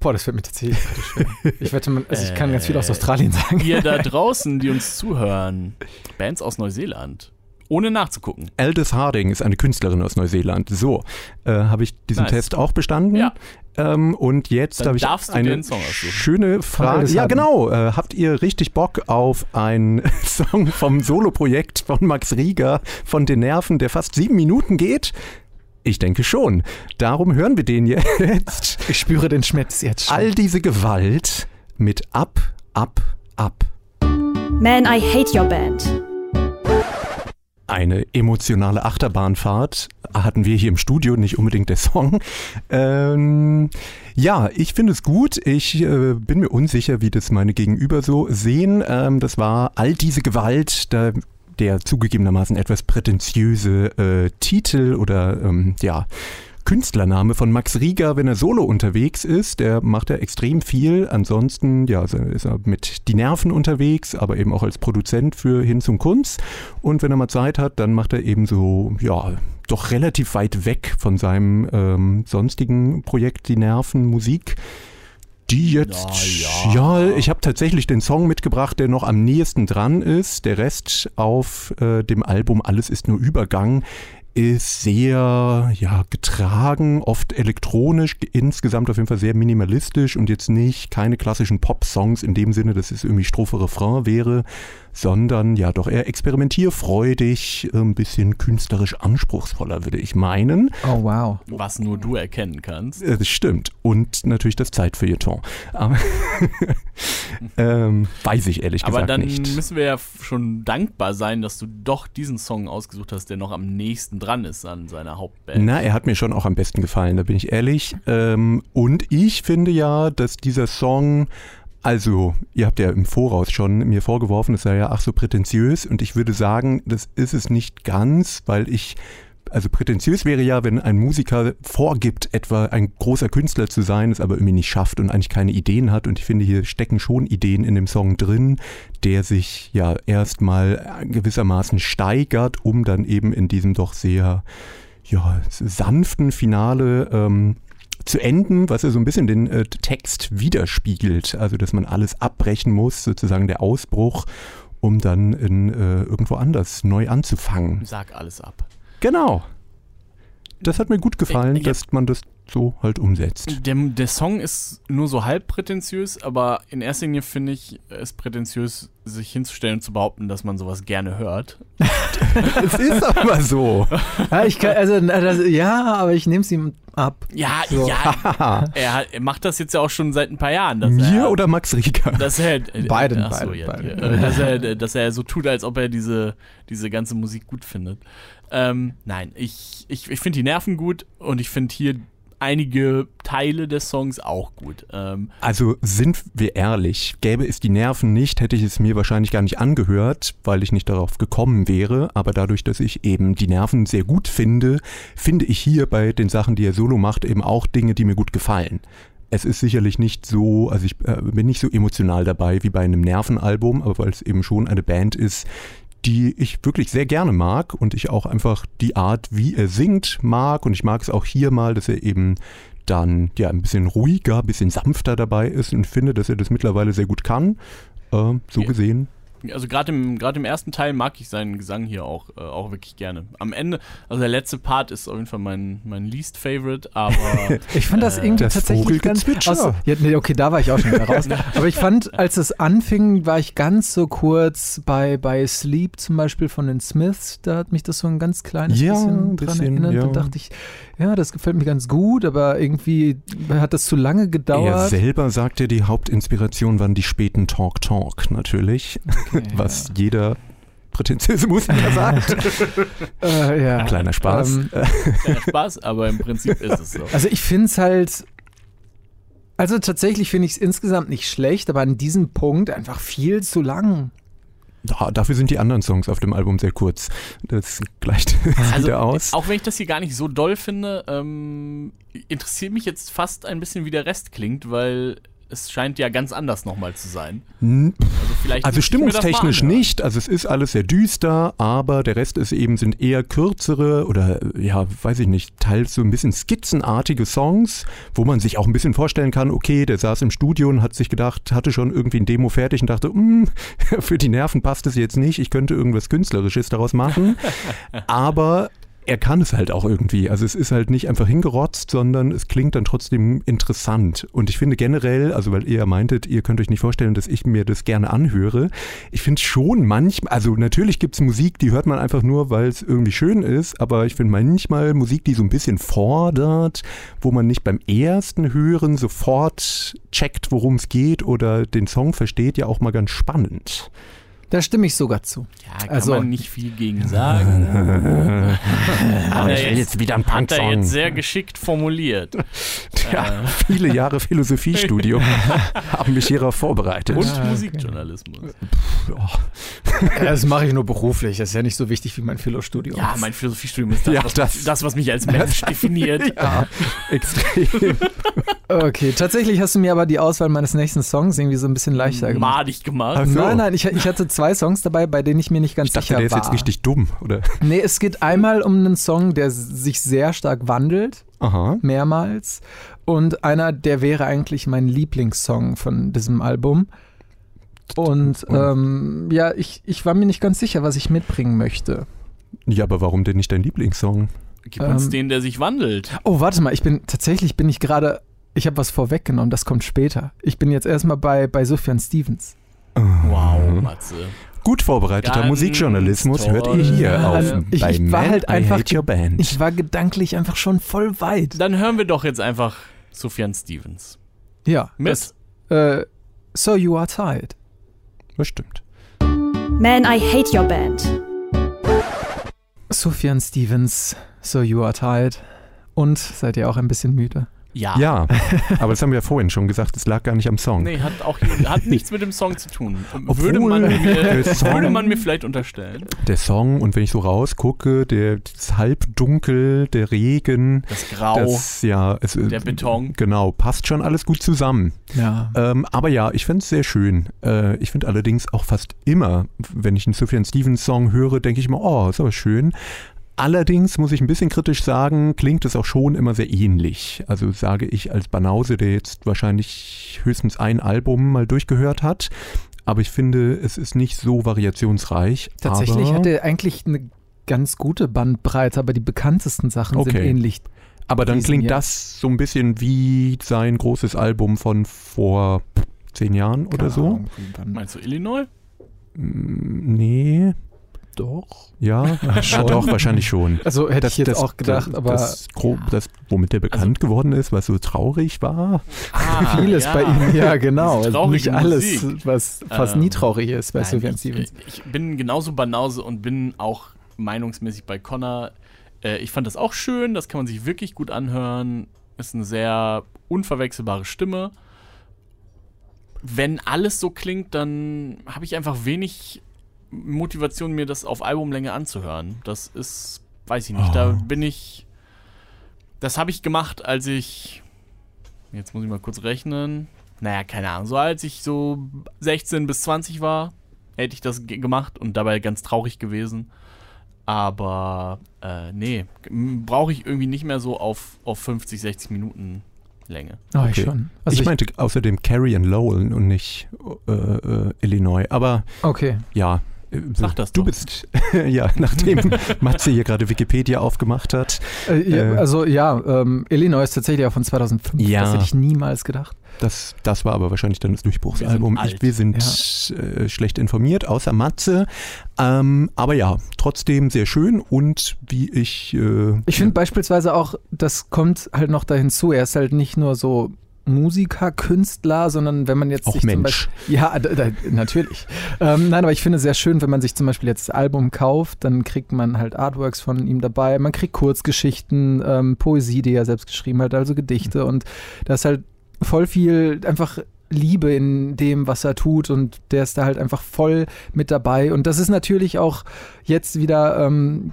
C: Boah, das wird mir tatsächlich gerade schwer. Ich wette, man, also ich kann ganz viel
B: Äh.
C: aus Australien sagen.
B: Ihr da draußen, die uns zuhören, Bands aus Neuseeland, ohne nachzugucken.
D: Aldous Harding ist eine Künstlerin aus Neuseeland. So, äh, habe ich diesen
B: Nice.
D: Test auch bestanden.
B: Ja.
D: Ähm, und jetzt
B: Dann
D: habe ich
B: darfst du dir
D: eine
B: einen Song aussuchen.
D: schöne Frage.
C: Aldous
D: Ja,
C: Harding.
D: genau. Äh, habt ihr richtig Bock auf einen Song vom Soloprojekt von Max Rieger von den Nerven, der fast sieben Minuten geht? Ich denke schon. Darum hören wir den jetzt.
C: Ich spüre den Schmerz jetzt schon.
D: All diese Gewalt mit ab ab, ab.
A: Man, I hate your band.
D: Eine emotionale Achterbahnfahrt hatten wir hier im Studio, nicht unbedingt der Song. Ähm, ja, ich finde es gut. Ich äh, bin mir unsicher, wie das meine Gegenüber so sehen. Ähm, das war all diese Gewalt, da, der zugegebenermaßen etwas prätentiöse äh, Titel oder ähm, ja. Künstlername von Max Rieger, wenn er solo unterwegs ist. Der macht ja extrem viel. Ansonsten, ja, ist er mit die Nerven unterwegs, aber eben auch als Produzent für Hin zum Kunst. Und wenn er mal Zeit hat, dann macht er eben so, ja, doch relativ weit weg von seinem ähm, sonstigen Projekt Die Nerven Musik. Die jetzt,
B: Ja,
D: ja, ich habe tatsächlich den Song mitgebracht, der noch am nächsten dran ist. Der Rest auf äh, dem Album Alles ist nur Übergang ist sehr ja, getragen, oft elektronisch, insgesamt auf jeden Fall sehr minimalistisch und jetzt nicht keine klassischen Pop-Songs in dem Sinne, dass es irgendwie Strophe Refrain wäre, sondern ja doch eher experimentierfreudig, äh, ein bisschen künstlerisch anspruchsvoller, würde ich meinen.
C: Oh, wow.
B: Was nur du erkennen kannst.
D: Äh, Das stimmt. Und natürlich das Zeitfeuilleton. Aber ähm, weiß ich ehrlich
B: Aber
D: gesagt
B: dann
D: nicht.
B: müssen wir ja f- schon dankbar sein, dass du doch diesen Song ausgesucht hast, der noch am nächsten dran ist an seiner Hauptband.
D: Na, er hat mir schon auch am besten gefallen, da bin ich ehrlich. Ähm, und ich finde ja, dass dieser Song, also ihr habt ja im Voraus schon mir vorgeworfen, es sei ja ach so prätentiös und ich würde sagen, das ist es nicht ganz, weil ich, also prätentiös wäre ja, wenn ein Musiker vorgibt, etwa ein großer Künstler zu sein, es aber irgendwie nicht schafft und eigentlich keine Ideen hat und ich finde, hier stecken schon Ideen in dem Song drin, der sich ja erstmal gewissermaßen steigert, um dann eben in diesem doch sehr ja, sanften Finale ähm, zu enden, was ja so ein bisschen den äh, Text widerspiegelt. Also, dass man alles abbrechen muss, sozusagen der Ausbruch, um dann in, äh, irgendwo anders neu anzufangen.
B: Sag alles ab.
D: Genau. Das hat mir gut gefallen,
B: Äh, ja.
D: dass man das so halt umsetzt.
B: Der, der Song ist nur so halb prätentiös, aber in erster Linie finde ich es prätentiös, sich hinzustellen und zu behaupten, dass man sowas gerne hört.
D: es ist aber so.
C: Ja, ich kann, also, na, das, ja, aber ich nehme es ihm ab.
B: Ja,
C: So.
B: ja. er, hat, er macht das jetzt ja auch schon seit ein paar Jahren. Dass
D: Mir
B: er,
D: oder Max Rieger?
B: Dass er, äh,
C: Beiden,
B: ach so,
C: beiden,
B: ja,
C: beiden.
B: äh, Dass, er, äh, dass er so tut, als ob er diese, diese ganze Musik gut findet. Ähm, nein, ich, ich, ich finde die Nerven gut und ich finde hier einige Teile des Songs auch gut. Ähm,
D: Also sind wir ehrlich, gäbe es die Nerven nicht, hätte ich es mir wahrscheinlich gar nicht angehört, weil ich nicht darauf gekommen wäre. Aber dadurch, dass ich eben die Nerven sehr gut finde, finde ich hier bei den Sachen, die er solo macht, eben auch Dinge, die mir gut gefallen. Es ist sicherlich nicht so, also ich äh, bin nicht so emotional dabei wie bei einem Nervenalbum, aber weil es eben schon eine Band ist, die ich wirklich sehr gerne mag und ich auch einfach die Art, wie er singt, mag. Und ich mag es auch hier mal, dass er eben dann ja ein bisschen ruhiger, ein bisschen sanfter dabei ist und finde, dass er das mittlerweile sehr gut kann. Äh, so
B: Ja.
D: gesehen.
B: also gerade im, gerade im ersten Teil mag ich seinen Gesang hier auch, äh, auch wirklich gerne. Am Ende, also der letzte Part ist auf jeden Fall mein, mein least favorite, aber
C: Ich fand das
B: Äh,
C: irgendwie
D: das
C: tatsächlich ganz
D: Vogelgezwitscher.
C: Außer- ja, nee, okay, da war ich auch schon wieder raus. Aber ich fand, als es anfing, war ich ganz so kurz bei, bei Sleep zum Beispiel von den Smiths. Da hat mich das so ein ganz kleines
D: Ja,
C: bisschen
D: ein
C: dran
D: bisschen,
C: erinnert.
D: ja.
C: Da dachte ich, ja, das gefällt mir ganz gut, aber irgendwie hat das zu lange
D: Er
C: gedauert.
D: selber sagte, die Hauptinspiration waren die späten Talk Talk natürlich,
C: Okay,
D: was jeder prätentiöse Musiker sagt.
C: ja. Äh, ja.
D: Kleiner Spaß. Äh,
C: Ähm,
B: kleiner Spaß, aber im Prinzip ist es so.
C: Also ich finde es halt. Also tatsächlich finde ich es insgesamt nicht schlecht, aber an diesem Punkt einfach viel zu lang.
D: Da, dafür sind die anderen Songs auf dem Album sehr kurz. Das gleicht wieder aus.
B: Also, Auch wenn ich das hier gar nicht so doll finde, ähm, interessiert mich jetzt fast ein bisschen, wie der Rest klingt, weil es scheint ja ganz anders nochmal zu sein.
D: N-
B: Also, vielleicht
D: Also
B: müsste ich mir das mal
D: stimmungstechnisch
B: anhören.
D: nicht. Also es ist alles sehr düster, aber der Rest ist eben sind eher kürzere oder ja, weiß ich nicht, teils so ein bisschen skizzenartige Songs, wo man sich auch ein bisschen vorstellen kann, okay, der saß im Studio und hat sich gedacht, hatte schon irgendwie ein Demo fertig und dachte, "Hm, für die Nerven passt es jetzt nicht, ich könnte irgendwas künstlerisches daraus machen, aber er kann es halt auch irgendwie. Also es ist halt nicht einfach hingerotzt, sondern es klingt dann trotzdem interessant. Und ich finde generell, also weil ihr ja meintet, ihr könnt euch nicht vorstellen, dass ich mir das gerne anhöre. Ich finde schon manchmal, also natürlich gibt es Musik, die hört man einfach nur, weil es irgendwie schön ist, aber ich finde manchmal Musik, die so ein bisschen fordert, wo man nicht beim ersten Hören sofort checkt, worum es geht oder den Song versteht, ja auch mal ganz spannend.
C: Da stimme ich sogar zu.
B: Ja, kann
C: Also-
B: man nicht viel gegen sagen.
D: Aber
B: ich will jetzt
D: wieder einen
B: Hat er jetzt sehr geschickt formuliert.
D: Ja, viele Jahre Philosophiestudium haben mich hierauf vorbereitet.
B: Und
C: Ah, okay.
B: Musikjournalismus.
D: genau.
C: Das mache ich nur beruflich. Das ist ja nicht so wichtig wie mein Philo-Studium.
B: Ja, mein Philosophiestudium ist das,
D: Ja,
B: was,
D: das-
B: das, was mich als Mensch definiert.
D: Ja, extrem.
C: Okay, tatsächlich hast du mir aber die Auswahl meines nächsten Songs irgendwie so ein bisschen leichter gemacht.
B: Madig gemacht.
D: Ach so.
C: Nein, nein, ich, ich hatte zwei Songs dabei, bei denen ich mir nicht ganz
D: Ich dachte,
C: sicher
D: der ist
C: war.
D: jetzt richtig dumm, oder?
C: Nee, es geht einmal um einen Song, der sich sehr stark wandelt,
D: Aha.
C: mehrmals. Und einer, der wäre eigentlich mein Lieblingssong von diesem Album. Und
D: Oh.
C: ähm, ja, ich, ich war mir nicht ganz sicher, was ich mitbringen möchte.
D: Ja, aber warum denn nicht dein Lieblingssong?
B: Gib uns
C: Ähm,
B: den, der sich wandelt.
C: Oh, warte mal, ich bin tatsächlich bin ich gerade. Ich habe was vorweggenommen, das kommt später. Ich bin jetzt erstmal bei, bei Sufjan Stevens.
B: Wow, Matze.
D: Äh. Gut vorbereiteter
B: Ganz
D: Musikjournalismus
B: toll.
D: hört ihr hier
C: Ja,
D: auf
C: ich-
D: bei
C: ich war
D: Man,
C: halt
D: I
C: einfach
D: Hate Your Band.
C: Ich war gedanklich einfach schon voll weit.
B: Dann hören wir doch jetzt einfach Sufjan Stevens.
C: Ja.
B: Mit.
C: Äh, so You Are Tired.
D: das stimmt.
A: Man, I hate your band.
C: Sufjan Stevens, So You Are Tired. Und seid ihr auch ein bisschen müde?
B: Ja.
D: Ja, aber das haben wir ja vorhin schon gesagt, es lag gar nicht am Song.
B: Ah. Nee, hat auch hat nichts mit dem Song zu tun.
D: Obwohl
B: würde, man mir,
D: der Song-
B: würde man mir vielleicht unterstellen.
D: Der Song und wenn ich so rausgucke, der das Halbdunkel, der Regen,
B: Das Grau,
D: das, ja, es, äh,
B: der Beton.
D: Genau, passt schon alles gut zusammen.
C: Ja.
D: Ähm, aber ja, ich find's sehr schön. Äh, ich find allerdings auch fast immer, wenn ich einen Sufjan Stevens Song höre, denke ich immer, oh, ist aber schön. Allerdings muss ich ein bisschen kritisch sagen, klingt es auch schon immer sehr ähnlich. Also sage ich als Banause, der jetzt wahrscheinlich höchstens ein Album mal durchgehört hat. Aber ich finde, es ist nicht so variationsreich.
C: Tatsächlich
D: aber,
C: hat er eigentlich eine ganz gute Bandbreite, aber die bekanntesten Sachen sind
D: Okay.
C: ähnlich.
D: aber dann
C: diesen
D: klingt
C: Jahr-
D: das so ein bisschen wie sein großes Album von vor zehn Jahren oder
C: Keine
D: so.
C: Ahnung, irgendwann.
B: Meinst du Illinois?
D: Mm, Nee.
C: Doch.
D: Ja, schon. doch, wahrscheinlich schon.
C: Also hätte ich jetzt
D: Das-
C: auch gedacht,
D: das,
C: aber
D: Das, grob, das, womit der bekannt geworden ist, was so traurig war.
B: Ah,
C: vieles
B: ja.
C: bei ihm, ja genau.
B: Diese
C: Also
B: traurige
C: nicht alles,
B: Musik.
C: was fast nie
B: Ähm,
C: traurig ist bei
B: Nein,
C: Sufjan
B: ich-
C: Stevens.
B: Ich bin genauso Banause und bin auch meinungsmäßig bei Connor. Äh, Ich fand das auch schön, das kann man sich wirklich gut anhören. Ist eine sehr unverwechselbare Stimme. Wenn alles so klingt, dann habe ich einfach wenig Motivation, mir das auf Albumlänge anzuhören. Das ist, weiß ich nicht, da
D: Oh.
B: bin ich. Das habe ich gemacht, als ich. Jetzt muss ich mal kurz rechnen. Naja, keine Ahnung. So als ich so 16 bis 20 war, hätte ich das ge- gemacht und dabei ganz traurig gewesen. Aber äh, nee, m- brauche ich irgendwie nicht mehr so auf, auf 50, 60 Minuten Länge.
C: Oh, ich
D: Okay.
C: schon. Also
D: ich, meinte außerdem Carrie and Lowell und nicht äh, äh, Illinois. Aber
C: okay.
D: ja. äh,
B: Sag das
D: du
B: doch.
D: bist, ja, nachdem Matze hier gerade Wikipedia aufgemacht hat.
C: Äh, ja,
D: Äh.
C: also ja, ähm, Illinois ist tatsächlich auch von 2005.
D: Ja.
C: Das hätte ich niemals gedacht.
D: Das, das war aber wahrscheinlich dann das Durchbruchsalbum.
B: Wir sind alt.
D: Ich, wir sind äh, schlecht informiert, außer Matze. Ähm, aber ja, trotzdem sehr schön und wie ich. Äh,
C: Ich finde beispielsweise auch, das kommt halt noch da hinzu. Er ist halt nicht nur so Musiker, Künstler, sondern wenn man jetzt
D: Auch
C: sich zum
D: Mensch.
C: Beispiel, ja, da, da, natürlich. ähm, nein, aber ich finde es sehr schön, wenn man sich zum Beispiel jetzt das Album kauft, dann kriegt man halt Artworks von ihm dabei, man kriegt Kurzgeschichten, ähm, Poesie, die er selbst geschrieben hat, also Gedichte
D: Mhm.
C: und da ist halt voll viel einfach Liebe in dem, was er tut und der ist da halt einfach voll mit dabei und das ist natürlich auch jetzt wieder ähm,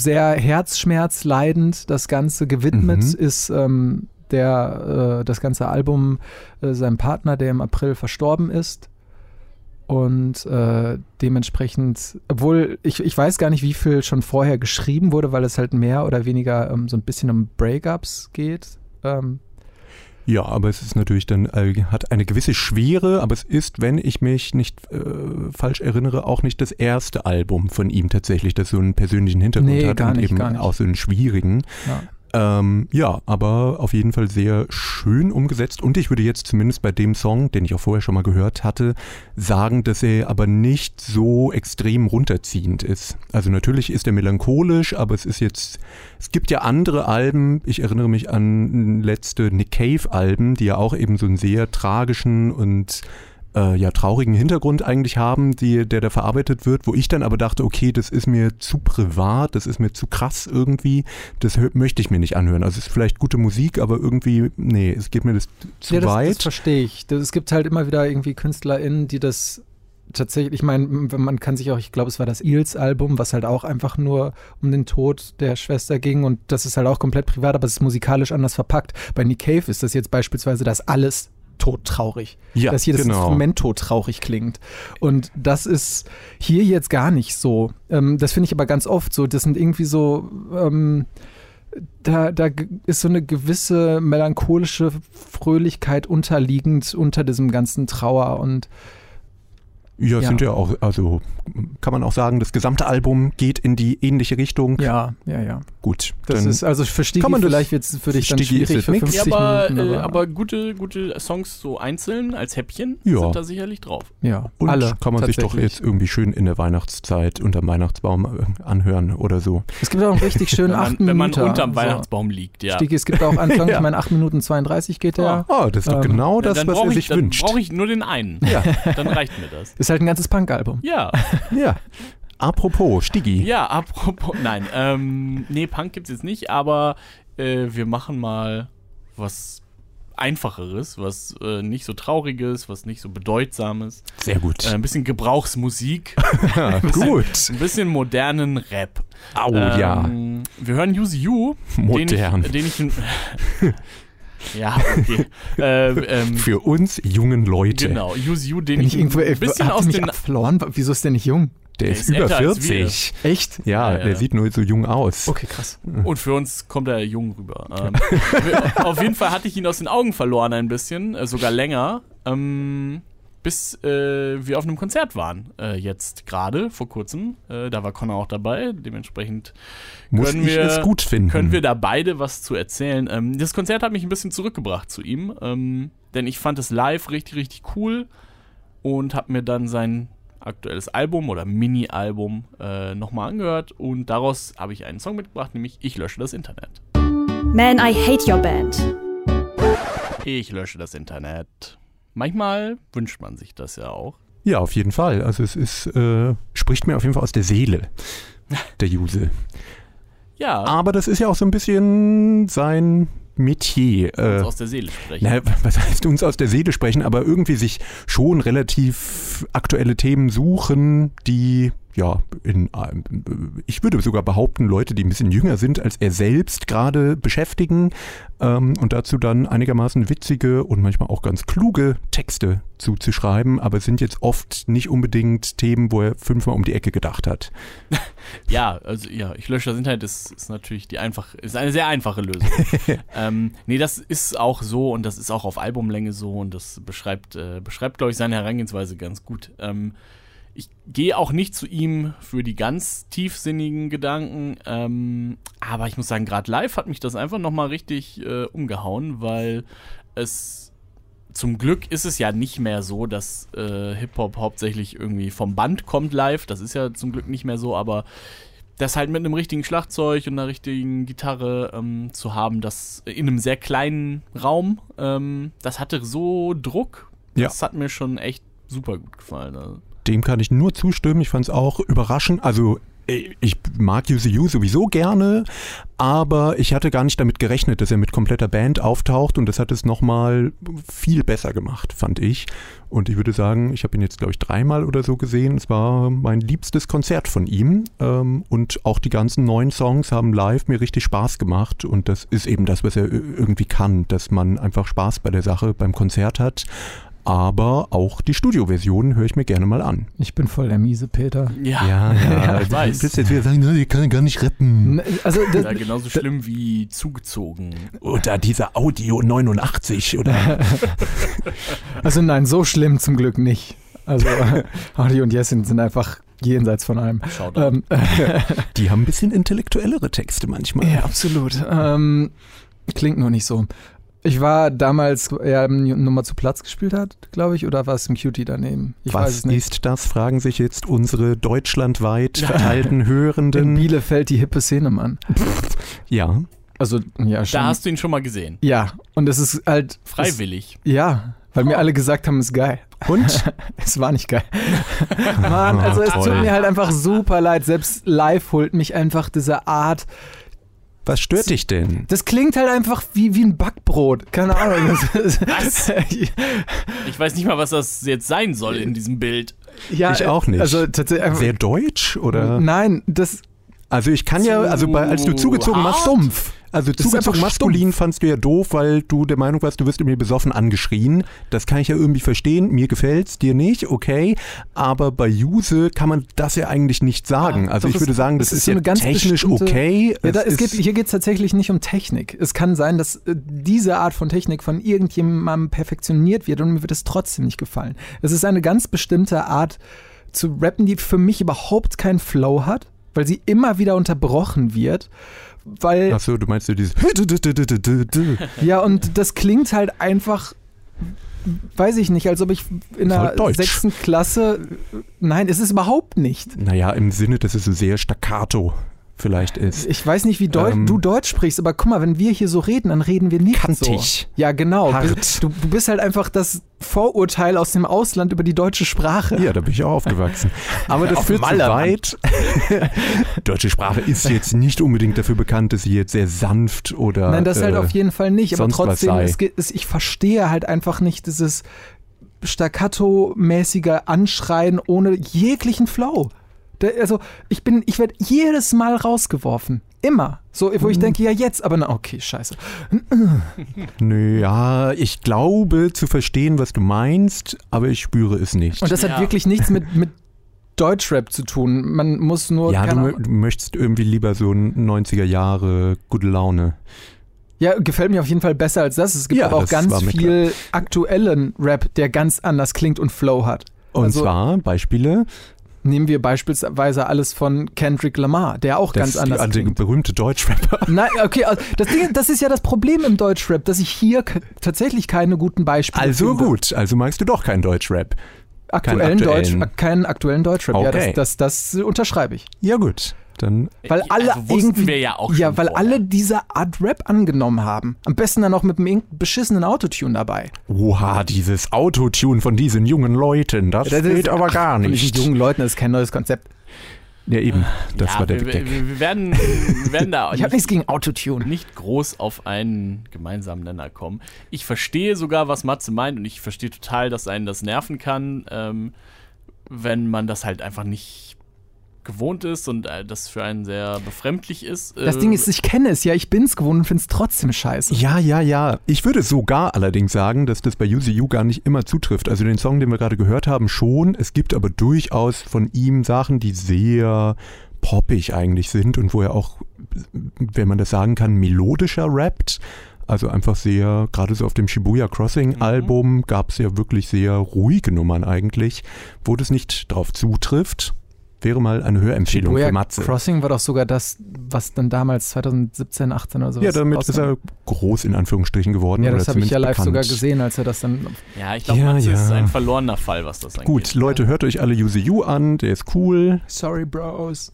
C: sehr herzschmerzleidend das Ganze gewidmet
D: Mhm.
C: ist ähm, der, äh, das ganze Album äh, seinem Partner, der im April verstorben ist. Und äh, dementsprechend, obwohl ich, ich weiß gar nicht, wie viel schon vorher geschrieben wurde, weil es halt mehr oder weniger ähm, so ein bisschen um Breakups geht. Ähm,
D: Ja, aber es ist natürlich dann, äh, hat eine gewisse Schwere, aber es ist, wenn ich mich nicht äh, falsch erinnere, auch nicht das erste Album von ihm tatsächlich, das so einen persönlichen Hintergrund
C: Nee,
D: hat
C: gar
D: und
C: nicht,
D: eben
C: gar nicht.
D: auch so einen schwierigen.
C: Ja.
D: Ähm, ja, aber auf jeden Fall sehr schön umgesetzt und ich würde jetzt zumindest bei dem Song, den ich auch vorher schon mal gehört hatte, sagen, dass er aber nicht so extrem runterziehend ist. Also natürlich ist er melancholisch, aber es ist jetzt, es gibt ja andere Alben, ich erinnere mich an letzte Nick Cave Alben, die ja auch eben so einen sehr tragischen und äh, ja, traurigen Hintergrund eigentlich haben, die, der da verarbeitet wird, wo ich dann aber dachte, okay, das ist mir zu privat, das ist mir zu krass irgendwie, das hö- möchte ich mir nicht anhören. Also es ist vielleicht gute Musik, aber irgendwie, nee, es geht mir das zu
C: ja, das,
D: weit.
C: Das verstehe ich. Das, es gibt halt immer wieder irgendwie KünstlerInnen, die das tatsächlich, ich meine, m- man kann sich auch, ich glaube, es war das Eels-Album, was halt auch einfach nur um den Tod der Schwester ging und das ist halt auch komplett privat, aber es ist musikalisch anders verpackt. Bei Nick Cave ist das jetzt beispielsweise, dass alles todtraurig,
D: Ja,
C: dass jedes
D: genau.
C: Instrument todtraurig klingt. Und das ist hier jetzt gar nicht so. Ähm, das finde ich aber ganz oft so. Das sind irgendwie so ähm, da, da g- ist so eine gewisse melancholische Fröhlichkeit unterliegend unter diesem ganzen Trauer und
D: Ja, es
C: Ja.
D: sind ja auch, also kann man auch sagen, das gesamte Album geht in die ähnliche Richtung.
C: ja, ja, ja.
D: Gut,
C: Das
D: dann
C: ist also für Stigi
D: kann man das-
C: vielleicht jetzt für dich dann
D: Stigi ist
C: schwierig
D: jetzt
C: für
D: nix.
C: 50
B: Ja, aber,
C: Minuten,
B: äh, aber gute, gute Songs so einzeln als Häppchen
D: Ja.
B: sind da sicherlich drauf.
C: ja,
D: und
C: alle
D: kann man sich doch
C: tatsächlich.
D: jetzt irgendwie schön in der Weihnachtszeit unterm Weihnachtsbaum äh, anhören oder so.
C: Es gibt auch einen richtig schönen
B: Wenn man,
C: 8
B: wenn
C: Minuten.
B: man unterm
C: So.
B: Weihnachtsbaum liegt, ja.
C: Stigi, es gibt auch Anfang,
D: Ja.
C: ich meine 8 Minuten 32 geht der.
D: Ah, das ist doch
C: Ähm,
D: genau
B: Dann-
D: das,
B: dann
D: was
B: brauche
D: er
B: ich-
D: sich
B: dann
D: wünscht.
B: brauche ich nur den einen.
D: Ja.
B: Dann reicht mir das.
C: Ist halt ein ganzes Punk-Album.
B: Ja,
D: Ja. Apropos, Stigi.
B: ja, apropos. Nein, ähm, nee, Punk gibt's jetzt nicht, aber äh, wir machen mal was Einfacheres, was äh, nicht so Trauriges, was nicht so Bedeutsames.
D: Sehr gut.
B: Äh, ein bisschen Gebrauchsmusik,
D: Ja, gut.
B: ein bisschen modernen Rap.
D: Au,
B: ähm,
D: Oh ja.
B: Wir hören Use You.
D: Modern.
B: Den ich. Den ich ja, okay. äh, ähm,
D: Für uns jungen Leute.
B: genau, Use You, den
C: Bin
B: ich
C: ich irgendwo
B: ein bisschen
C: hat
B: aus
C: mich
B: den.
C: verloren? Wieso ist der nicht jung?
D: Der
B: Der
D: ist,
B: ist
D: über
B: älter als wir.
D: 40.
C: Echt?
D: Ja,
B: Ja, ja.
D: der sieht nur so jung aus.
C: Okay, krass.
B: Und für uns kommt er jung rüber. Ähm, wir- auf jeden Fall hatte ich ihn aus den Augen verloren ein bisschen, äh, sogar länger. Ähm, bis äh, wir auf einem Konzert waren, äh, jetzt gerade, vor kurzem. Äh, da war Connor auch dabei. Dementsprechend
D: Muss
B: Können
D: ich
B: wir-
D: es gut finden.
B: können wir da beide was zu erzählen. Ähm, das Konzert hat mich ein bisschen zurückgebracht zu ihm, ähm, denn ich fand es live richtig, richtig cool und habe mir dann sein aktuelles Album oder Mini-Album äh, nochmal angehört und daraus habe ich einen Song mitgebracht, nämlich Ich lösche das Internet.
A: Man, I hate your band.
B: Ich lösche das Internet. Manchmal wünscht man sich das ja auch.
D: ja, auf jeden Fall. Also es ist, äh, spricht mir auf jeden Fall aus der Seele, der Juse.
B: Ja,
D: Aber das ist ja auch so ein bisschen sein Metier. Äh,
B: uns aus der Seele sprechen.
D: naja, was heißt uns aus der Seele sprechen, aber irgendwie sich schon relativ aktuelle Themen suchen, die ja, in, einem- ich würde sogar behaupten, Leute, die ein bisschen jünger sind als er selbst gerade beschäftigen ähm, und dazu dann einigermaßen witzige und manchmal auch ganz kluge Texte zuzuschreiben, aber es sind jetzt oft nicht unbedingt Themen, wo er fünfmal um die Ecke gedacht hat.
B: Ja, also ja, ich lösche das Internet ist, ist natürlich die einfach ist eine sehr einfache Lösung. ähm, nee, das ist auch so und das ist auch auf Albumlänge so und das beschreibt, äh, beschreibt glaube ich, seine Herangehensweise ganz gut. Ähm, ich gehe auch nicht zu ihm für die ganz tiefsinnigen Gedanken, ähm, aber ich muss sagen, gerade live hat mich das einfach nochmal richtig äh, umgehauen, weil es zum Glück ist es ja nicht mehr so, dass äh, Hip-Hop hauptsächlich irgendwie vom Band kommt live. Das ist ja zum Glück nicht mehr so, aber das halt mit einem richtigen Schlagzeug und einer richtigen Gitarre ähm, zu haben, das in einem sehr kleinen Raum, ähm, das hatte so Druck.
D: Ja.
B: Das hat mir schon echt super gut gefallen. Also.
D: Dem kann ich nur zustimmen. Ich fand es auch überraschend. Also äh, ich mag Use You sowieso gerne, aber ich hatte gar nicht damit gerechnet, dass er mit kompletter Band auftaucht und das hat es nochmal viel besser gemacht, fand ich. Und ich würde sagen, ich habe ihn jetzt, glaube ich, dreimal oder so gesehen. Es war mein liebstes Konzert von ihm ähm, und auch die ganzen neuen Songs haben live mir richtig Spaß gemacht und das ist eben das, was er äh, irgendwie kann, dass man einfach Spaß bei der Sache beim Konzert hat aber auch die Studioversion höre ich mir gerne mal an. also
C: Ich bin voll der miese Peter.
D: Ah,
B: Ja, ich weiß.
D: Du willst jetzt wieder sagen, ne, ich kann gar nicht rappen.
C: Also, das,
B: Ja, genauso schlimm wie zugezogen.
D: Oder dieser Audio 89 oder
C: also nein, so schlimm zum Glück nicht. Also Hardy und Jessin sind einfach jenseits von allem.
B: Schaut
D: Äh,
B: ähm,
C: Ähm,
D: die haben ein bisschen intellektuellere Texte manchmal.
C: Ja, absolut. Ähm, klingt nur nicht so. Ich war damals, ja, Nummer zu Platz gespielt hat, glaube ich, oder war es im Cutie daneben? Ich
D: Was
C: weiß es nicht.
D: ist das, fragen sich jetzt unsere deutschlandweit verteilten
C: In
D: Hörenden.
C: Bielefeld die hippe Szene, Mann.
D: ja,
C: Also, ja, schon.
B: Da hast du ihn schon mal gesehen.
C: ja, und es ist halt.
B: Freiwillig.
C: Es, ja, weil mir alle gesagt haben, es ist geil. Und? es war nicht geil. Mann, also es
D: toll.
C: tut mir halt einfach super leid. Selbst live holt mich einfach diese Art.
D: was stört dich denn?
C: Das klingt halt einfach wie, wie ein Backbrot. Keine Ahnung. Das ist-
B: Was? Ich weiß nicht mal, was das jetzt sein soll
D: Äh,
B: in diesem Bild.
C: ja,
D: Ich auch nicht.
C: Also tatsächlich einfach.
D: Sehr deutsch oder?
C: Nein, das,
D: Also ich kann ja, also bei, als du zugezogen warst,
C: stumpf.
D: also
C: ist einfach
D: zugezogen
C: stumpf.
D: maskulin fandst du ja doof, weil du der Meinung warst, du wirst irgendwie besoffen angeschrien. Das kann ich ja irgendwie verstehen. Mir gefällt's, dir nicht, okay. Aber bei Juse kann man das ja eigentlich nicht sagen. Also
C: Ah, doch,
D: ich
C: es-
D: würde sagen, das,
C: es ist
D: ist,
C: so eine
D: ja
C: ganz
D: technisch
C: bestimmte-
D: okay.
C: Ja, da, es
D: ist-
C: geht, hier geht es tatsächlich nicht um Technik. Es kann sein, dass äh, diese Art von Technik von irgendjemandem perfektioniert wird und mir wird es trotzdem nicht gefallen. Es ist eine ganz bestimmte Art zu rappen, die für mich überhaupt keinen Flow hat, weil sie immer wieder unterbrochen wird. Weil,
D: Ach so, du meinst du dieses
C: ja, und das klingt halt einfach, weiß ich nicht, als ob ich in
D: Ist
C: der
D: halt deutsch.
C: sechsten Klasse, nein, es ist überhaupt nicht.
D: Naja, im Sinne, dass es so sehr staccato vielleicht ist.
C: Ich weiß nicht, wie Deu
D: Ähm.
C: du Deutsch sprichst, aber guck mal, wenn wir hier so reden, dann reden wir nicht
D: Kantig.
C: so. Ja, genau.
D: Hart.
C: Du, du bist halt einfach das Vorurteil aus dem Ausland über die deutsche Sprache.
D: Ja, da bin ich auch aufgewachsen. Aber das
C: Auf
D: führt zu
C: Malle, Mann.
D: weit. Deutsche Sprache ist jetzt nicht unbedingt dafür bekannt, dass sie jetzt sehr sanft oder.
C: Nein, das halt
D: äh,
C: auf jeden Fall nicht. Aber
D: sonst was
C: trotzdem,
D: sei.
C: es geht, es, ich verstehe halt einfach nicht dieses staccato-mäßige Anschreien ohne jeglichen Flow. Da, also ich bin, ich werde jedes Mal rausgeworfen. Immer. So, wo ich
D: Mhm.
C: denke, ja jetzt, aber na, okay, scheiße.
D: Nö, ja, ich glaube zu verstehen, was du meinst, aber ich spüre es nicht.
C: Und das
B: Ja.
C: hat wirklich nichts mit, mit Deutschrap zu tun. Man muss nur.
D: ja, du,
C: keine
D: mö-
C: Ahnung.
D: du möchtest irgendwie lieber so ein 90er Jahre gute Laune.
C: ja, gefällt mir auf jeden Fall besser als das. Es gibt
D: Ja,
C: aber auch
D: das war
C: ganz
D: mir
C: viel aktuellen Rap, der ganz anders klingt und Flow hat.
D: Und
C: Also-
D: zwar Beispiele.
C: Nehmen wir beispielsweise alles von Kendrick Lamar, der auch
D: Das
C: ganz
D: ist
C: anders
D: also der
C: klingt.
D: berühmte Deutschrapper.
C: Nein, okay, also das, Ding, das ist ja das Problem im Deutschrap, dass ich hier k- tatsächlich keine guten Beispiele
D: Also
C: finde.
D: gut, also magst du doch keinen Deutschrap.
C: Aktuellen,
D: keinen
C: Deutsch,
D: aktuellen.
C: äh, keinen aktuellen Deutschrap. Ja,
D: Okay.
C: das, das, das unterschreibe ich.
D: Ja gut, dann
C: Weil alle
B: also wussten
C: irgendwie,
B: wir ja auch schon
C: weil
B: vorher.
C: alle diese Art Rap angenommen haben. Am besten dann auch mit einem irgendeinem beschissenen Autotune dabei.
D: Oha, dieses Autotune von diesen jungen Leuten, das, geht aber gar
C: Von
D: nicht.
C: diesen jungen Leuten das ist kein neues Konzept.
D: Ja, eben, das
B: ja,
D: war der
B: wir,
D: Big Deck.
B: wir, wir werden, wir werden da
D: Hm.
C: Ich habe
B: nicht,
C: nichts gegen Autotune.
B: nicht groß auf einen gemeinsamen Nenner kommen. Ich verstehe sogar, was Matze meint und ich verstehe total, dass einen das nerven kann, ähm, wenn man das halt einfach nicht gewohnt ist und äh, das für einen sehr befremdlich ist.
C: Das
B: Äh,
C: Ding ist, ich kenne es ja, ich bin's gewohnt und find's trotzdem scheiße.
D: Ja, ja, ja. Ich würde sogar allerdings sagen, dass das bei Yuzi Yu gar nicht immer zutrifft. Also den Song, den wir gerade gehört haben, schon. Es gibt aber durchaus von ihm Sachen, die sehr poppig eigentlich sind und wo er auch, wenn man das sagen kann, melodischer rappt. Also einfach sehr, gerade so auf dem Shibuya Crossing
C: Mhm.
D: Album gab es ja wirklich sehr ruhige Nummern eigentlich, wo das nicht drauf zutrifft. Wäre mal eine Hörempfehlung
C: Bojack
D: für Matze.
C: Crossing war doch sogar das, was dann damals 2017, 18 oder sowas
D: Ja, damit ist
C: rauskam.
D: er groß in Anführungsstrichen geworden.
C: ja,
D: oder
C: das habe ich ja live
D: zumindest
C: sogar
D: bekannt.
C: gesehen, als er das dann.
B: ja, ich glaube,
D: Ja,
B: Matze
D: ja.
B: ist ein verlorener Fall, was das angeht.
D: Gut, Leute, hört euch alle Use You an, der ist cool.
C: Sorry, Bros.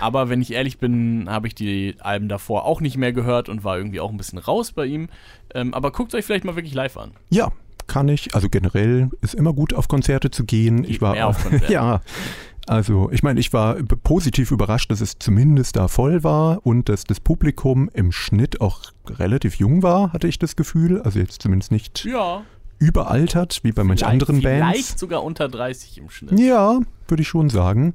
B: Aber wenn ich ehrlich bin, habe ich die Alben davor auch nicht mehr gehört und war irgendwie auch ein bisschen raus bei ihm. Ähm, aber guckt euch vielleicht mal wirklich live an.
D: Ja, kann ich. Also generell ist immer gut, auf Konzerte zu gehen.
B: Geht
D: Ich war
B: mehr auf Konzerte.
D: ja. Also, ich meine, ich war b- positiv überrascht, dass es zumindest da voll war und dass das Publikum im Schnitt auch relativ jung war, hatte ich das Gefühl. Also jetzt zumindest nicht
B: Ja.
D: überaltert, wie bei manch
B: Vielleicht-
D: anderen Bands.
B: Vielleicht sogar unter 30 im Schnitt.
D: Ja, würde ich schon sagen.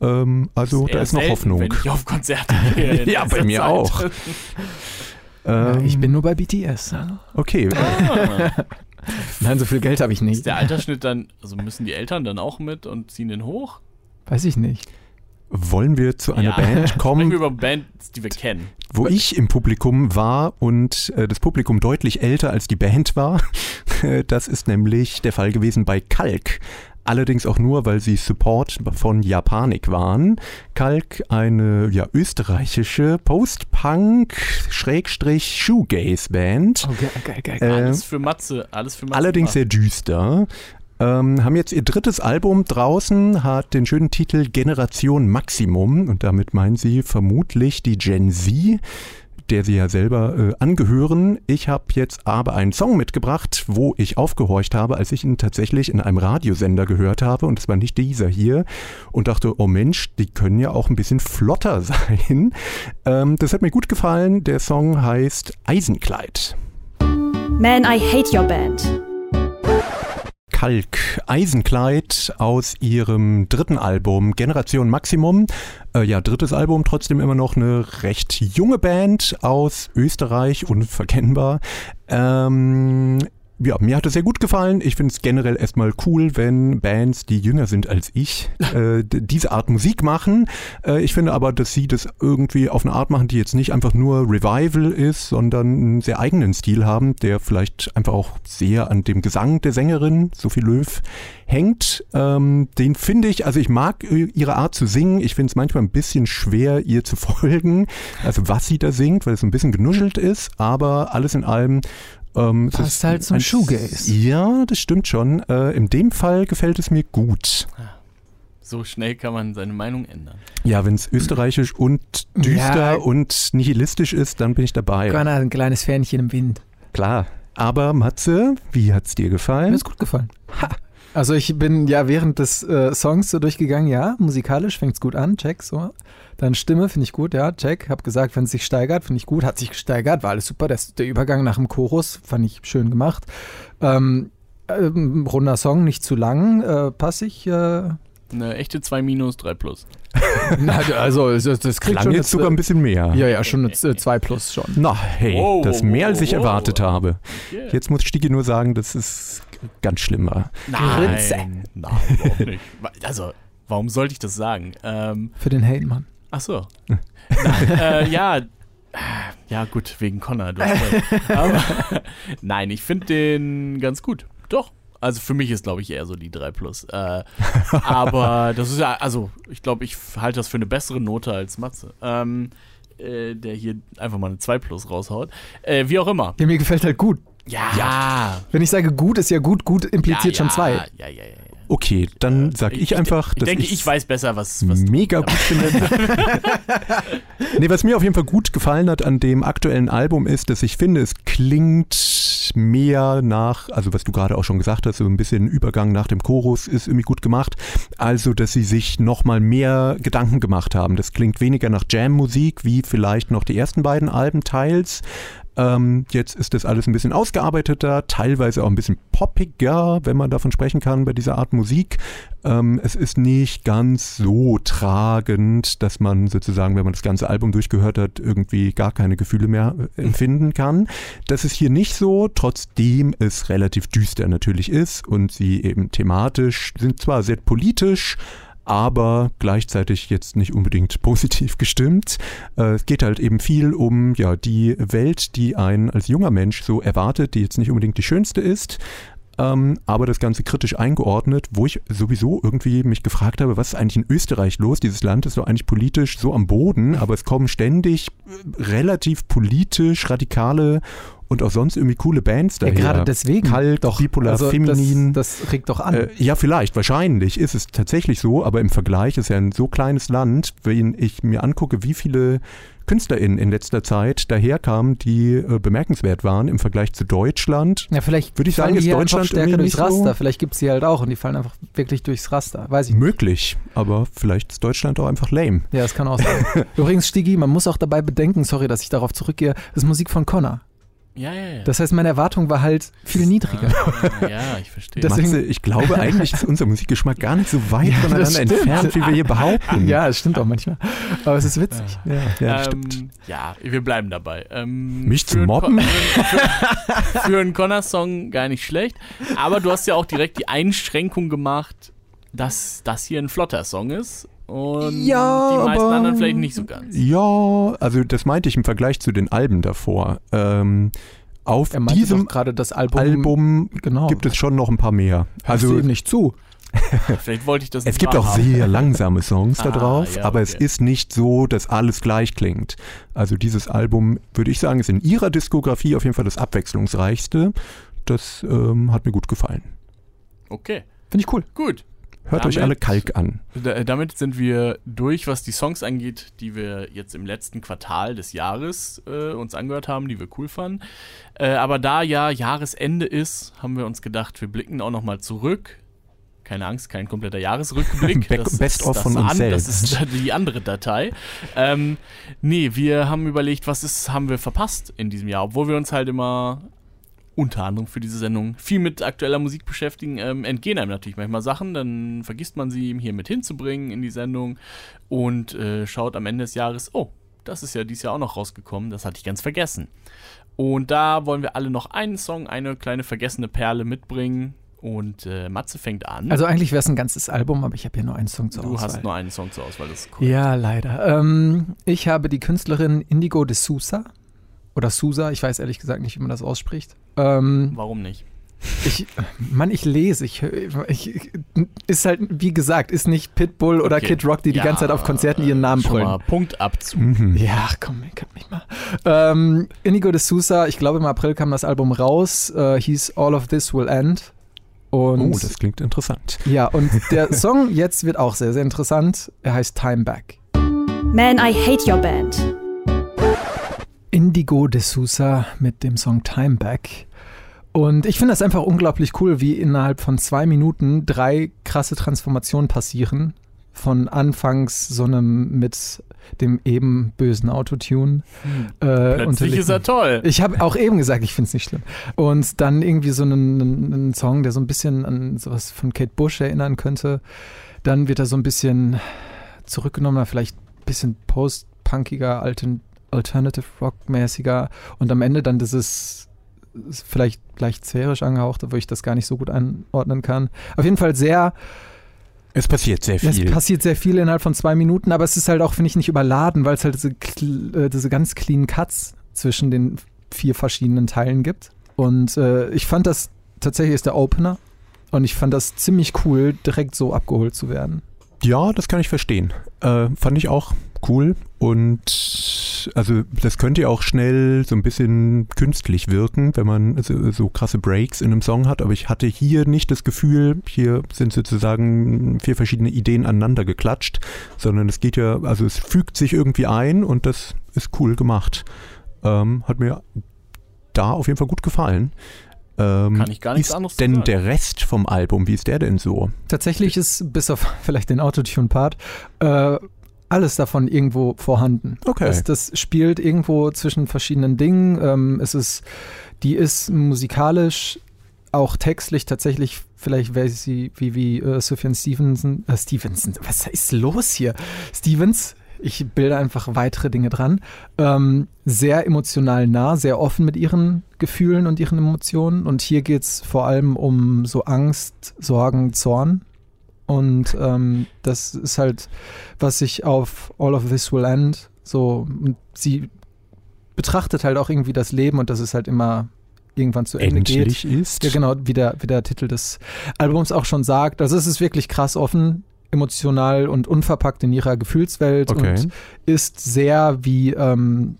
D: Ähm, also,
B: Eher
D: da ist noch
B: selten,
D: Hoffnung.
B: Wenn ich auf Konzerte gehe. in
D: Ja, bei
B: letzter
D: mir auch.
C: Ja,
D: Ähm,
C: ich bin nur bei BTS. ne?
D: Okay,
B: Ah,
C: Nein, so viel Geld habe ich
B: ist
C: nicht.
B: der Altersschnitt dann, also müssen die Eltern dann auch mit und ziehen den hoch?
C: Weiß ich nicht.
D: wollen wir zu
B: Ja.
D: einer Band
B: Sprechen wir
D: kommen,
B: über Bands, die wir kennen.
D: wo ich im Publikum war und äh, das Publikum deutlich älter als die Band war? das ist nämlich der Fall gewesen bei Kalk. Allerdings auch nur, weil sie Support von Japanik waren. Kalk, eine ja, österreichische Post-Punk-Shoegaze-Band.
C: Oh, geil, geil, geil.
D: Äh,
B: Alles für Matze, alles für Matze. gemacht.
D: Allerdings sehr düster. Ähm, haben jetzt ihr drittes Album draußen, hat den schönen Titel Generation Maximum und damit meinen sie vermutlich die Gen Z, der sie ja selber äh, angehören. Ich habe jetzt aber einen Song mitgebracht, wo ich aufgehorcht habe, als ich ihn tatsächlich in einem Radiosender gehört habe und es war nicht dieser hier und dachte, oh Mensch, die können ja auch ein bisschen flotter sein. Ähm, das hat mir gut gefallen. Der Song heißt Eisenkleid.
A: Man, I hate your band.
D: Kalk Eisenkleid aus ihrem dritten Album Generation Maximum. Äh, ja, drittes Album, trotzdem immer noch eine recht junge Band aus Österreich, unverkennbar. Ähm, ja, mir hat es sehr gut gefallen. Ich finde es generell erstmal cool, wenn Bands, die jünger sind als ich, äh, d- diese Art Musik machen. Äh, ich finde aber, dass sie das irgendwie auf eine Art machen, die jetzt nicht einfach nur Revival ist, sondern einen sehr eigenen Stil haben, der vielleicht einfach auch sehr an dem Gesang der Sängerin, Sophie Löw, hängt. Ähm, den finde ich, also ich mag äh, ihre Art zu singen. Ich finde es manchmal ein bisschen schwer, ihr zu folgen, also was sie da singt, weil es ein bisschen genuschelt ist, aber alles in allem. Ähm, es
C: Passt
D: ist
C: halt zum
D: ein-
C: Shoegaze.
D: Ja, das stimmt schon. Äh, in dem Fall gefällt es mir gut.
B: So schnell kann man seine Meinung ändern.
D: Ja, wenn es österreichisch und
C: Ja.
D: düster und nihilistisch ist, dann bin ich dabei.
C: Gönner, ein kleines Fähnchen im Wind.
D: Klar. Aber Matze, wie hat's dir
C: Mir
D: gefallen?
C: ist gut gefallen. Hm? Also ich bin ja während des äh, Songs so durchgegangen, ja, musikalisch fängt's gut an, check, so. Dann Stimme finde ich gut, ja, check. Hab gesagt, wenn es sich steigert, finde ich gut. Hat sich gesteigert, war alles super. Das, der Übergang nach dem Chorus fand ich schön gemacht. Ähm, ähm, runder Song, nicht zu lang, äh, passig. Äh, na,
B: Eine echte 2 minus, 3 plus.
C: also das, das kriegt
D: Klang
C: schon äh,
D: jetzt sogar ein bisschen mehr.
C: Ja, ja, schon eine 2 plus schon.
D: Na, hey,
B: Wow,
D: das
B: wow,
D: mehr als ich
B: wow.
D: erwartet habe.
B: Yeah.
D: Jetzt muss Stiege nur sagen, das ist ganz schlimmer.
B: Nein.
C: Ritze.
B: Nein, überhaupt nicht. Wa- Also, warum sollte ich das sagen? Ähm,
C: Für den Hate, Mann.
B: ach so. Nein, äh, ja. Ja, gut, wegen Connor. Du hast recht. Aber, nein, ich finde den ganz gut. Doch. Also für mich ist, glaube ich, eher so die 3 plus. Äh, aber das ist ja, also ich glaube, ich f- halte das für eine bessere Note als Matze. Ähm, äh, der hier einfach mal eine 2 plus raushaut. Äh, wie auch immer.
C: Ja, mir gefällt halt gut.
B: Ja.
C: Wenn ich sage gut, ist ja gut, gut impliziert
B: ja,
C: schon zwei.
B: Ja, ja, ja. ja.
D: Okay, dann sag ich, einfach,
B: Ich
D: dass
B: denke,
D: ich's-
B: ich weiß besser, was. was
D: mega gut finde. nee, was mir auf jeden Fall gut gefallen hat an dem aktuellen Album ist, dass ich finde, es klingt mehr nach, also was du gerade auch schon gesagt hast, so ein bisschen Übergang nach dem Chorus ist irgendwie gut gemacht. Also, dass sie sich nochmal mehr Gedanken gemacht haben. Das klingt weniger nach Jam-Musik, wie vielleicht noch die ersten beiden Alben teils. Ähm, jetzt ist das alles ein bisschen ausgearbeiteter, teilweise auch ein bisschen poppiger, wenn man davon sprechen kann, bei dieser Art Musik. Ähm, es ist nicht ganz so tragend, dass man sozusagen, wenn man das ganze Album durchgehört hat, irgendwie gar keine Gefühle mehr äh, empfinden kann. Das ist hier nicht so, trotzdem es relativ düster natürlich ist und sie eben thematisch sind zwar sehr politisch, aber gleichzeitig jetzt nicht unbedingt positiv gestimmt. Äh, es geht halt eben viel um ja, die Welt, die einen als junger Mensch so erwartet, die jetzt nicht unbedingt die schönste ist. Ähm, aber das Ganze kritisch eingeordnet, wo ich sowieso irgendwie mich gefragt habe, was ist eigentlich in Österreich los? Dieses Land ist doch eigentlich politisch so am Boden, aber es kommen ständig äh, relativ politisch radikale und auch sonst irgendwie coole Bands
C: Ja,
D: daher.
C: gerade deswegen.
D: Kalt, bipolar,
C: also
D: feminin.
C: Das, das regt doch an.
D: Äh, ja, vielleicht, wahrscheinlich ist es tatsächlich so, aber im Vergleich ist ja ein so kleines Land, wenn ich mir angucke, wie viele KünstlerInnen in letzter Zeit daherkamen, die äh, bemerkenswert waren im Vergleich zu Deutschland.
C: ja, vielleicht
D: würde ich
C: fallen
D: sagen,
C: die
D: ist
C: hier einfach
D: Deutschland
C: stärker
D: irgendwie
C: durchs
D: nicht so-
C: Raster. Vielleicht gibt es die halt auch und die fallen einfach wirklich durchs Raster. Weiß ich nicht.
D: Möglich, aber vielleicht ist Deutschland auch einfach lame.
C: Ja, das kann auch sein. Übrigens, Stigi, man muss auch dabei bedenken, sorry, dass ich darauf zurückgehe, das ist Musik von Connor.
B: Ja, ja, ja.
C: Das heißt, meine Erwartung war halt viel niedriger.
B: ah, ja, ich verstehe.
C: Das- Deswegen-
D: Matze, ich glaube, eigentlich ist unser Musikgeschmack gar nicht so weit
C: das
D: voneinander
C: stimmt.
D: entfernt, wie wir hier behaupten.
C: ja, das stimmt auch manchmal. Aber es ist witzig. Ja.
D: ja
B: ähm, ja, wir bleiben dabei. Ähm,
D: Mich zu
B: für einen
D: mobben?
B: Con- Für, für einen Connor-Song gar nicht schlecht. Aber du hast ja auch direkt die Einschränkung gemacht, dass das hier ein flotter Song ist. Und
D: Ja,
B: die meisten
D: aber-
B: anderen vielleicht nicht so ganz.
D: Ja, also das meinte ich im Vergleich zu den Alben davor. Ähm, auf
C: Er meinte
D: diesem
C: doch gerade das Album.
D: Album
C: genau.
D: gibt es schon noch ein paar mehr.
C: Hörst du
D: Also
C: ihm nicht zu.
B: Vielleicht wollte ich das
D: es
B: nicht
D: gibt auch
B: wahrhaben.
D: sehr langsame Songs da
B: Ah,
D: drauf,
B: ja,
D: aber es
B: okay.
D: ist nicht so, dass alles gleich klingt. Also dieses Album, würde ich sagen, ist in ihrer Diskografie auf jeden Fall das abwechslungsreichste. Das ähm, hat mir gut gefallen.
B: Okay,
C: Finde ich cool.
B: gut.
D: Hört euch
B: Damit-
D: alle Kalk an.
B: Da, damit sind wir durch, was die Songs angeht, die wir jetzt im letzten Quartal des Jahres äh, uns angehört haben, die wir cool fanden. Äh, aber da ja Jahresende ist, haben wir uns gedacht, wir blicken auch nochmal zurück. Keine Angst, kein kompletter Jahresrückblick.
D: Back- best
B: ist
D: of von uns
B: Das
D: selbst.
B: ist die andere Datei. Ähm, nee, wir haben überlegt, was ist, haben wir verpasst in diesem Jahr, obwohl wir uns halt immer unter anderem für diese Sendung viel mit aktueller Musik beschäftigen, ähm, entgehen einem natürlich manchmal Sachen, dann vergisst man sie um hier mit hinzubringen in die Sendung und äh, schaut am Ende des Jahres, oh, das ist ja dieses Jahr auch noch rausgekommen, das hatte ich ganz vergessen. Und da wollen wir alle noch einen Song, eine kleine vergessene Perle mitbringen und äh, Matze fängt an.
C: Also eigentlich wäre es ein ganzes Album, aber ich habe hier nur einen Song zur
B: du
C: Auswahl.
B: hast nur einen Song zur Auswahl, das ist cool.
C: Ja, leider. Ähm, ich habe die Künstlerin Indigo de Sousa oder Sousa, ich weiß ehrlich gesagt nicht, wie man das ausspricht. Ähm,
B: Warum nicht?
C: ich, Mann, ich lese. Ich, ich, ist halt, wie gesagt, ist nicht Pitbull oder
B: Okay.
C: Kid Rock, die die
B: Ja,
C: ganze Zeit auf Konzerten ihren Namen
B: schon mal
C: brüllen.
B: Punktabzug.
D: Mhm.
C: Ja, komm, ich kann mich mal. Ähm, Indigo de Sousa, ich glaube im April kam das Album raus, äh, hieß All of This Will End.
D: Oh,
C: Und
D: das klingt interessant.
C: ja, und der Song jetzt wird auch sehr, sehr interessant. Er heißt Time Back.
A: Man, I hate your band.
C: Indigo de Sousa mit dem Song Time Back. Und ich finde das einfach unglaublich cool, wie innerhalb von zwei Minuten drei krasse Transformationen passieren. Von anfangs so einem mit dem eben bösen Autotune. Äh,
B: Plötzlich
C: unterlegt.
B: ist er toll.
C: Ich habe auch eben gesagt, ich finde es nicht schlimm. Und dann irgendwie so einen, einen, einen Song, der so ein bisschen an sowas von Kate Bush erinnern könnte. Dann wird er so ein bisschen zurückgenommener, vielleicht ein bisschen post-punkiger, altern- Alternative Rock-mäßiger. Und am Ende dann dieses ist vielleicht leicht sphärisch angehauchte, wo ich das gar nicht so gut einordnen kann. Auf jeden Fall sehr
D: Es passiert sehr
C: es
D: viel.
C: passiert sehr viel innerhalb von zwei Minuten, aber es ist halt auch, finde ich, nicht überladen, weil es halt diese, cl- äh, diese ganz clean Cuts zwischen den vier verschiedenen Teilen gibt. Und äh, ich fand das tatsächlich ist der Opener und ich fand das ziemlich cool, direkt so abgeholt zu werden.
D: Ja, das kann ich verstehen. Äh, fand ich auch cool und also das könnte ja auch schnell so ein bisschen künstlich wirken, wenn man so, so krasse Breaks in einem Song hat, aber ich hatte hier nicht das Gefühl, hier sind sozusagen vier verschiedene Ideen aneinander geklatscht, sondern es geht ja, also es fügt sich irgendwie ein und das ist cool gemacht. Ähm, hat mir da auf jeden Fall gut gefallen. Ähm,
B: Kann ich gar nichts
D: ist
B: anderes zu
D: Denn
B: sagen.
D: der Rest vom Album, wie ist der denn so?
C: Tatsächlich ist, bis auf vielleicht den Autotune-Part, äh, alles davon irgendwo vorhanden.
D: Okay.
C: Das, das spielt irgendwo zwischen verschiedenen Dingen. Ähm, es ist, die ist musikalisch, auch textlich tatsächlich, vielleicht wäre sie wie, wie äh, Sufjan Stevenson. Äh, Stevenson, was ist los hier? Stevens, ich bilde einfach weitere Dinge dran. Ähm, sehr emotional nah, sehr offen mit ihren Gefühlen und ihren Emotionen. Und hier geht es vor allem um so Angst, Sorgen, Zorn. Und ähm, das ist halt, was sich auf All of This Will End so, und sie betrachtet halt auch irgendwie das Leben und dass es halt immer irgendwann zu Ende geht.
D: Endlich ist.
C: Ja, genau, wie der, wie der Titel des Albums auch schon sagt. Also es ist wirklich krass offen, emotional und unverpackt in ihrer Gefühlswelt
D: Okay.
C: und ist sehr wie ähm,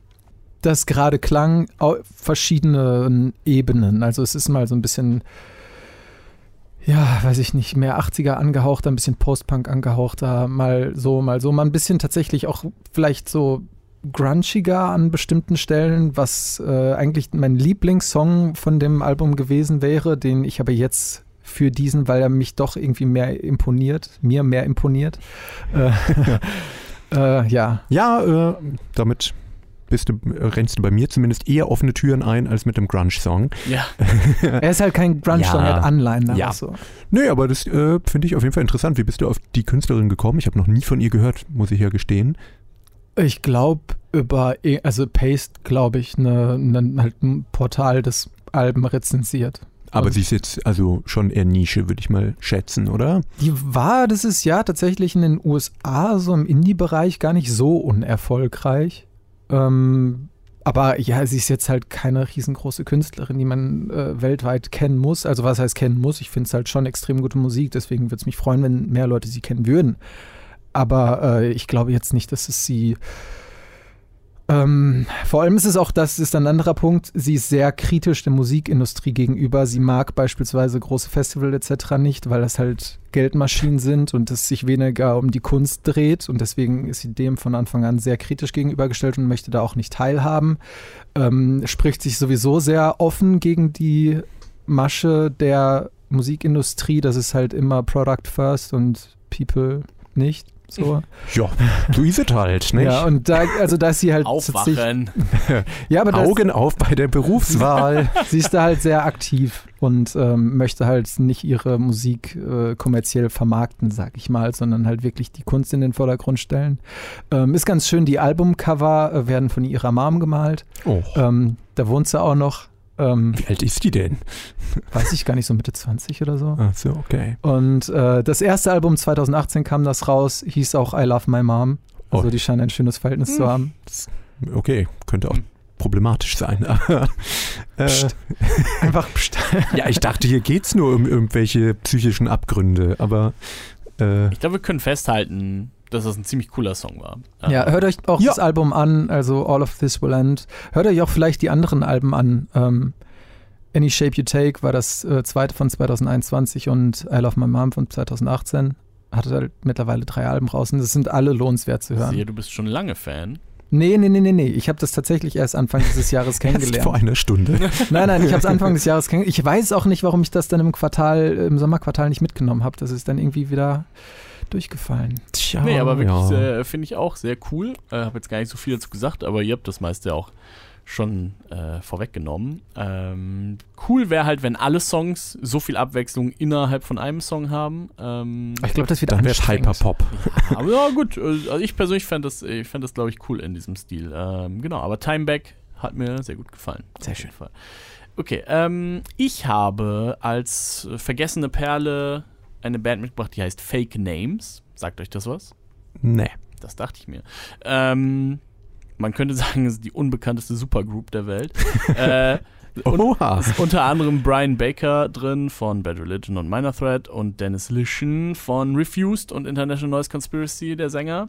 C: das gerade klang auf verschiedenen Ebenen. Also es ist mal so ein bisschen ja, weiß ich nicht, mehr 80er angehauchter, ein bisschen Post-Punk angehauchter, mal so, mal so, mal ein bisschen tatsächlich auch vielleicht so grunchiger an bestimmten Stellen, was äh, eigentlich mein Lieblingssong von dem Album gewesen wäre, den ich aber jetzt für diesen, weil er mich doch irgendwie mehr imponiert, mir mehr imponiert. Äh, äh, ja,
D: Ja, äh, damit bist du, äh, rennst du bei mir zumindest eher offene Türen ein als mit dem Grunge-Song.
B: Ja.
C: Er ist halt kein Grunge-Song,
D: Ja.
C: er hat also. Anleihen daraus.
D: Ja.
C: So.
D: Nee, aber das äh, finde ich auf jeden Fall interessant. Wie bist du auf die Künstlerin gekommen? Ich habe noch nie von ihr gehört, muss ich ja gestehen.
C: Ich glaube über, e- also Paste, glaube ich, ne, ne, halt ein Portal, das Alben rezensiert.
D: Aber
C: Und-
D: sie ist jetzt also schon eher Nische, würde ich mal schätzen, oder?
C: Die war das ist ja tatsächlich in den USA, so im Indie-Bereich, gar nicht so unerfolgreich. Ähm, aber ja, sie ist jetzt halt keine riesengroße Künstlerin, die man äh, weltweit kennen muss. Also was heißt kennen muss? Ich finde es halt schon extrem gute Musik, deswegen würde es mich freuen, wenn mehr Leute sie kennen würden. Aber äh, ich glaube jetzt nicht, dass es sie. Ähm, vor allem ist es auch, das ist ein anderer Punkt, sie ist sehr kritisch der Musikindustrie gegenüber. Sie mag beispielsweise große Festival etc. nicht, weil das halt Geldmaschinen sind und es sich weniger um die Kunst dreht. Und deswegen ist sie dem von Anfang an sehr kritisch gegenübergestellt und möchte da auch nicht teilhaben. Ähm, spricht sich sowieso sehr offen gegen die Masche der Musikindustrie, dass es halt immer Product First und People nicht. So.
D: Ja, so ist es halt, nicht?
C: Ja, und da, also da ist sie halt tatsächlich-
B: Aufwachen.
C: Ja, aber das,
D: Augen auf bei der Berufswahl.
C: sie ist da halt sehr aktiv und ähm, möchte halt nicht ihre Musik äh, kommerziell vermarkten, sag ich mal, sondern halt wirklich die Kunst in den Vordergrund stellen. Ähm, ist ganz schön, die Albumcover äh, werden von ihrer Mom gemalt.
D: oh,
C: Ähm, da wohnt sie auch noch. Ähm,
D: wie alt ist die denn?
C: weiß ich gar nicht, so Mitte 20 oder so.
D: Ach so, okay.
C: Und äh, das erste Album 2018 kam das raus, hieß auch I Love My Mom. Also
D: Oh.
C: die scheinen ein schönes Verhältnis zu haben.
D: Okay, könnte auch
B: Hm.
D: problematisch sein. aber, äh,
C: Psst. Einfach pst.
D: ja, ich dachte, hier geht's nur um irgendwelche psychischen Abgründe, aber äh,
B: Ich glaube, wir können festhalten, dass das ein ziemlich cooler Song war. Ähm,
C: Ja, hört euch auch
D: Ja.
C: das Album an, also All of This Will End. Hört euch auch vielleicht die anderen Alben an. Ähm, Any Shape You Take war das äh, zweite von 2021 und I Love My Mom von 2018. Hat halt mittlerweile drei Alben raus und das sind alle lohnenswert zu hören.
B: Sehe, du bist schon lange Fan.
C: Nee, nee, nee, nee, nee. Ich habe das tatsächlich erst Anfang dieses Jahres
D: erst vor
C: kennengelernt.
D: einer Stunde.
C: Nein, nein, ich habe es Anfang des Jahres kennengelernt. Ich weiß auch nicht, warum ich das dann im Quartal, im Sommerquartal nicht mitgenommen habe. Das ist dann irgendwie wieder durchgefallen.
D: Tja,
B: Nee, aber wirklich,
D: ja.
B: äh, finde ich auch sehr cool. Äh, habe jetzt gar nicht so viel dazu gesagt, aber ihr habt das meiste auch schon äh, vorweggenommen. Ähm, cool wäre halt, wenn alle Songs so viel Abwechslung innerhalb von einem Song haben. Ähm,
C: Ich glaube, das wird
D: Dann wär's
C: anstrengend.
D: Hyperpop.
B: aber ja, gut. äh, Also ich persönlich fand das, ich fand das glaube ich, cool in diesem Stil. Ähm, genau, aber Time Back hat mir sehr gut gefallen.
C: Sehr
B: Auf jeden Fall. Okay, ähm, ich habe als äh, vergessene Perle eine Band mitgebracht, die heißt Fake Names. Sagt euch das was?
D: Nee.
B: Das dachte ich mir. Ähm, man könnte sagen, es ist die unbekannteste Supergroup der Welt. äh, und
D: Oha.
B: ist unter anderem Brian Baker drin von Bad Religion und Minor Threat und Dennis Lishan von Refused und International Noise Conspiracy, der Sänger.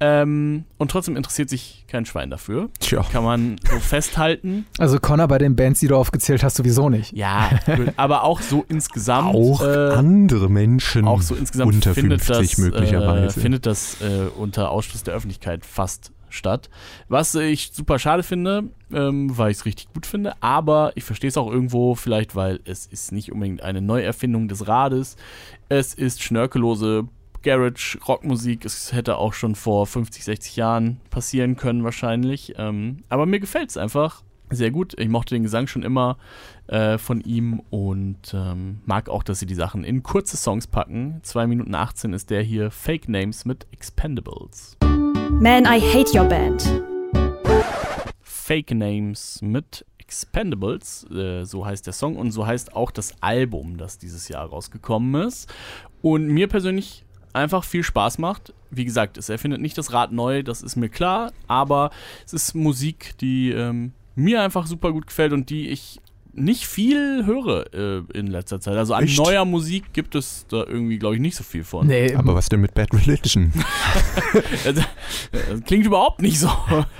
B: Ähm, und trotzdem interessiert sich kein Schwein dafür.
D: Tja.
B: Kann man so festhalten.
C: Also Connor bei den Bands, die du aufgezählt hast, sowieso nicht.
B: Ja, gut, aber auch so insgesamt.
D: Auch
B: äh,
D: andere Menschen
B: auch so insgesamt
D: unter
B: findet
D: 50
B: das,
D: möglicherweise.
B: Äh, findet das äh, unter Ausschluss der Öffentlichkeit fast statt. Was ich super schade finde, ähm, weil ich es richtig gut finde, aber ich verstehe es auch irgendwo vielleicht, weil es ist nicht unbedingt eine Neuerfindung des Rades. Es ist schnörkellose Garage, Rockmusik, es hätte auch schon vor 50, 60 Jahren passieren können wahrscheinlich. Ähm, aber mir gefällt es einfach sehr gut. Ich mochte den Gesang schon immer äh, von ihm und ähm, mag auch, dass sie die Sachen in kurze Songs packen. 2 Minuten 18 ist der hier Fake Names mit Expendables.
A: Man, I hate your band.
B: Fake Names mit Expendables, äh, so heißt der Song und so heißt auch das Album, das dieses Jahr rausgekommen ist. Und mir persönlich einfach viel Spaß macht. Wie gesagt, es erfindet nicht das Rad neu, das ist mir klar, aber es ist Musik, die ähm, mir einfach super gut gefällt und die ich nicht viel höre äh, in letzter Zeit. Also an
D: Echt?
B: neuer Musik gibt es da irgendwie, glaube ich, nicht so viel von.
C: Nee,
D: aber was denn mit Bad Religion?
B: Das Äh, klingt überhaupt nicht so.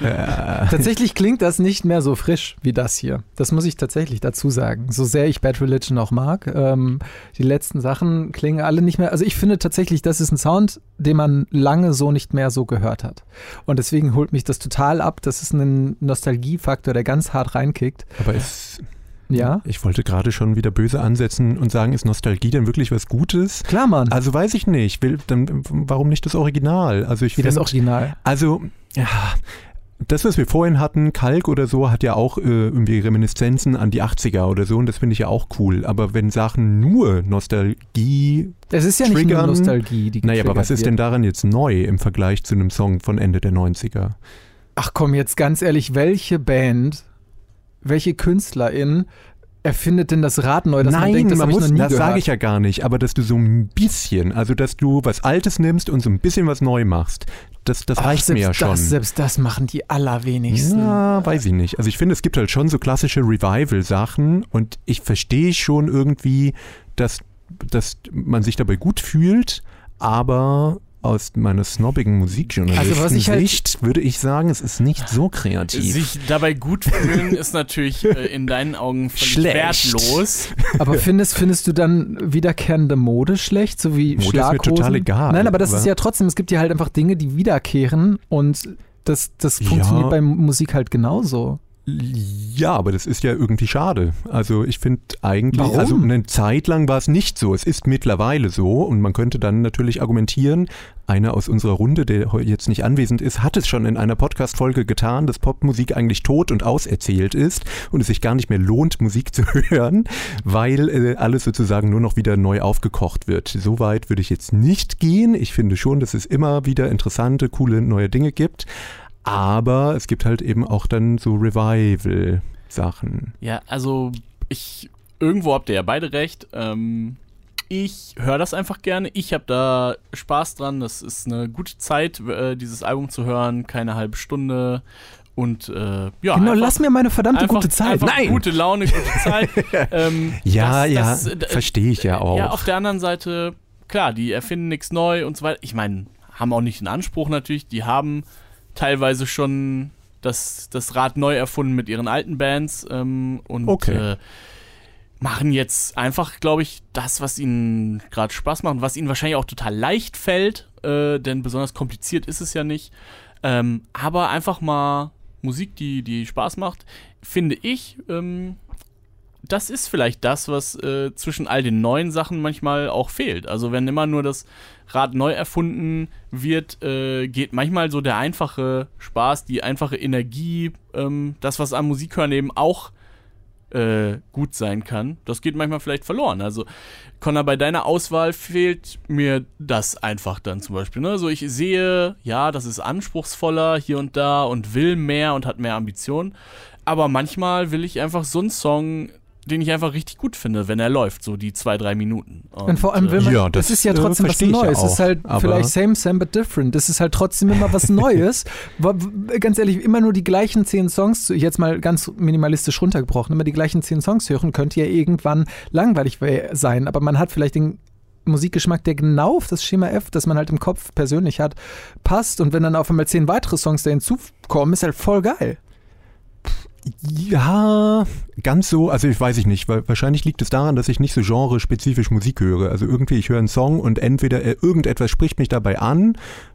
D: Äh,
C: tatsächlich klingt das nicht mehr so frisch wie das hier. Das muss ich tatsächlich dazu sagen. So sehr ich Bad Religion auch mag, ähm, die letzten Sachen klingen alle nicht mehr. Also ich finde tatsächlich, das ist ein Sound, den man lange so nicht mehr so gehört hat. Und deswegen holt mich das total ab. Das ist ein Nostalgiefaktor, der ganz hart reinkickt.
D: aber es,
C: Ja,
D: ich wollte gerade schon wieder böse ansetzen und sagen, ist Nostalgie denn wirklich was Gutes?
C: klar, Mann.
B: Mhm.
D: Also weiß ich nicht. Will, dann, warum nicht das Original? Also ich
C: wie das
D: find-
C: Original.
D: Also, ja, das, was wir vorhin hatten, Kalk oder so, hat ja auch äh, irgendwie Reminiszenzen an die 80er oder so und das finde ich ja auch cool. Aber wenn Sachen nur Nostalgie.
C: Es ist ja nicht nur
D: Triggern.
C: Nostalgie, die
D: Naja, aber
C: getriggert
D: was ist
C: wird.
D: denn daran jetzt neu im Vergleich zu einem Song von Ende der 90er?
C: Ach komm, jetzt ganz ehrlich, welche Band, welche Künstlerin erfindet denn das Rad neu, dass man denkt, das habe ich noch nie
D: das
C: gehört?
D: sage ich ja gar nicht, aber dass du so ein bisschen, also dass du was Altes nimmst und so ein bisschen was neu machst, das, das
C: Ach,
D: reicht
C: selbst
D: mir ja schon.
C: Das, selbst das machen die allerwenigsten.
D: Ja, weiß ich nicht. Also ich finde, es gibt halt schon so klassische Revival-Sachen und ich verstehe schon irgendwie, dass, dass man sich dabei gut fühlt, aber aus meiner snobbigen Musikjournalisten-Sicht
C: halt-
D: würde ich sagen, es ist nicht so kreativ.
B: Sich dabei gut fühlen ist natürlich äh, in deinen Augen völlig
D: Schlecht.
B: wertlos.
C: Aber findest, findest du dann wiederkehrende Mode schlecht, so wie
D: Mode ist mir
C: Schlaghosen?
D: total egal,
C: Nein, aber das
D: aber-
C: ist ja trotzdem, es gibt ja halt einfach Dinge, die wiederkehren und das, das
D: Ja.
C: funktioniert bei Musik halt genauso.
D: Ja, aber das ist ja irgendwie schade. Also ich finde eigentlich,
C: Warum?
D: also eine Zeit lang war es nicht so. Es ist mittlerweile so und man könnte dann natürlich argumentieren, einer aus unserer Runde, der heu- jetzt nicht anwesend ist, hat es schon in einer Podcast-Folge getan, dass Popmusik eigentlich tot und auserzählt ist und es sich gar nicht mehr lohnt, Musik zu hören, weil äh, alles sozusagen nur noch wieder neu aufgekocht wird. So weit würde ich jetzt nicht gehen. Ich finde schon, dass es immer wieder interessante, coole neue Dinge gibt. Aber es gibt halt eben auch dann so Revival-Sachen.
B: Ja, also ich irgendwo habt ihr ja beide recht. Ähm, ich höre das einfach gerne. Ich habe da Spaß dran. Das ist eine gute Zeit, äh, dieses Album zu hören. Keine halbe Stunde. Und äh, ja.
C: genau,
B: einfach-
C: lass mir meine verdammte
B: einfach-
C: gute Zeit.
B: Einfach Gute Laune, gute Zeit. ähm,
D: Ja,
B: das-
D: ja,
B: das- äh,
D: verstehe ich ja auch.
B: Ja, auf der anderen Seite, klar, die erfinden nichts neu und so weiter. Ich meine, haben auch nicht den Anspruch natürlich. Die haben teilweise schon das, das Rad neu erfunden mit ihren alten Bands ähm, und
D: Okay.
B: äh, machen jetzt einfach, glaube ich, das, was ihnen gerade Spaß macht und was ihnen wahrscheinlich auch total leicht fällt, äh, denn besonders kompliziert ist es ja nicht. Ähm, aber einfach mal Musik, die, die Spaß macht, finde ich, ähm, das ist vielleicht das, was äh, zwischen all den neuen Sachen manchmal auch fehlt. Also wenn immer nur das Rad neu erfunden wird, äh, geht manchmal so der einfache Spaß, die einfache Energie, ähm, das, was am Musik hören eben auch äh, gut sein kann, das geht manchmal vielleicht verloren. Also, Connor, bei deiner Auswahl fehlt mir das einfach dann zum Beispiel. Ne? Also, ich sehe, ja, das ist anspruchsvoller hier und da und will mehr und hat mehr Ambitionen. Aber manchmal will ich einfach so einen Song, den ich einfach richtig gut finde, wenn er läuft, so die zwei, drei Minuten.
C: Und vor allem will man,
D: Ja,
C: das,
D: das,
C: ist ja
D: äh,
C: trotzdem was
D: verstehe ich ja
C: Neues. es ist
D: auch,
C: halt
D: aber-
C: vielleicht same, same, but different. Das ist halt trotzdem immer was Neues. Wa- w- ganz ehrlich, immer nur die gleichen zehn Songs, zu- jetzt mal ganz minimalistisch runtergebrochen, immer die gleichen zehn Songs hören, könnte ja irgendwann langweilig we- sein. Aber man hat vielleicht den Musikgeschmack, der genau auf das Schema F, das man halt im Kopf persönlich hat, passt. Und wenn dann auf einmal zehn weitere Songs da hinzukommen, ist halt voll geil.
D: Ja, ganz so, also ich weiß ich nicht, weil wahrscheinlich liegt es daran, dass ich nicht so genrespezifisch Musik höre. Also irgendwie, ich höre einen Song und entweder äh, irgendetwas spricht mich dabei an,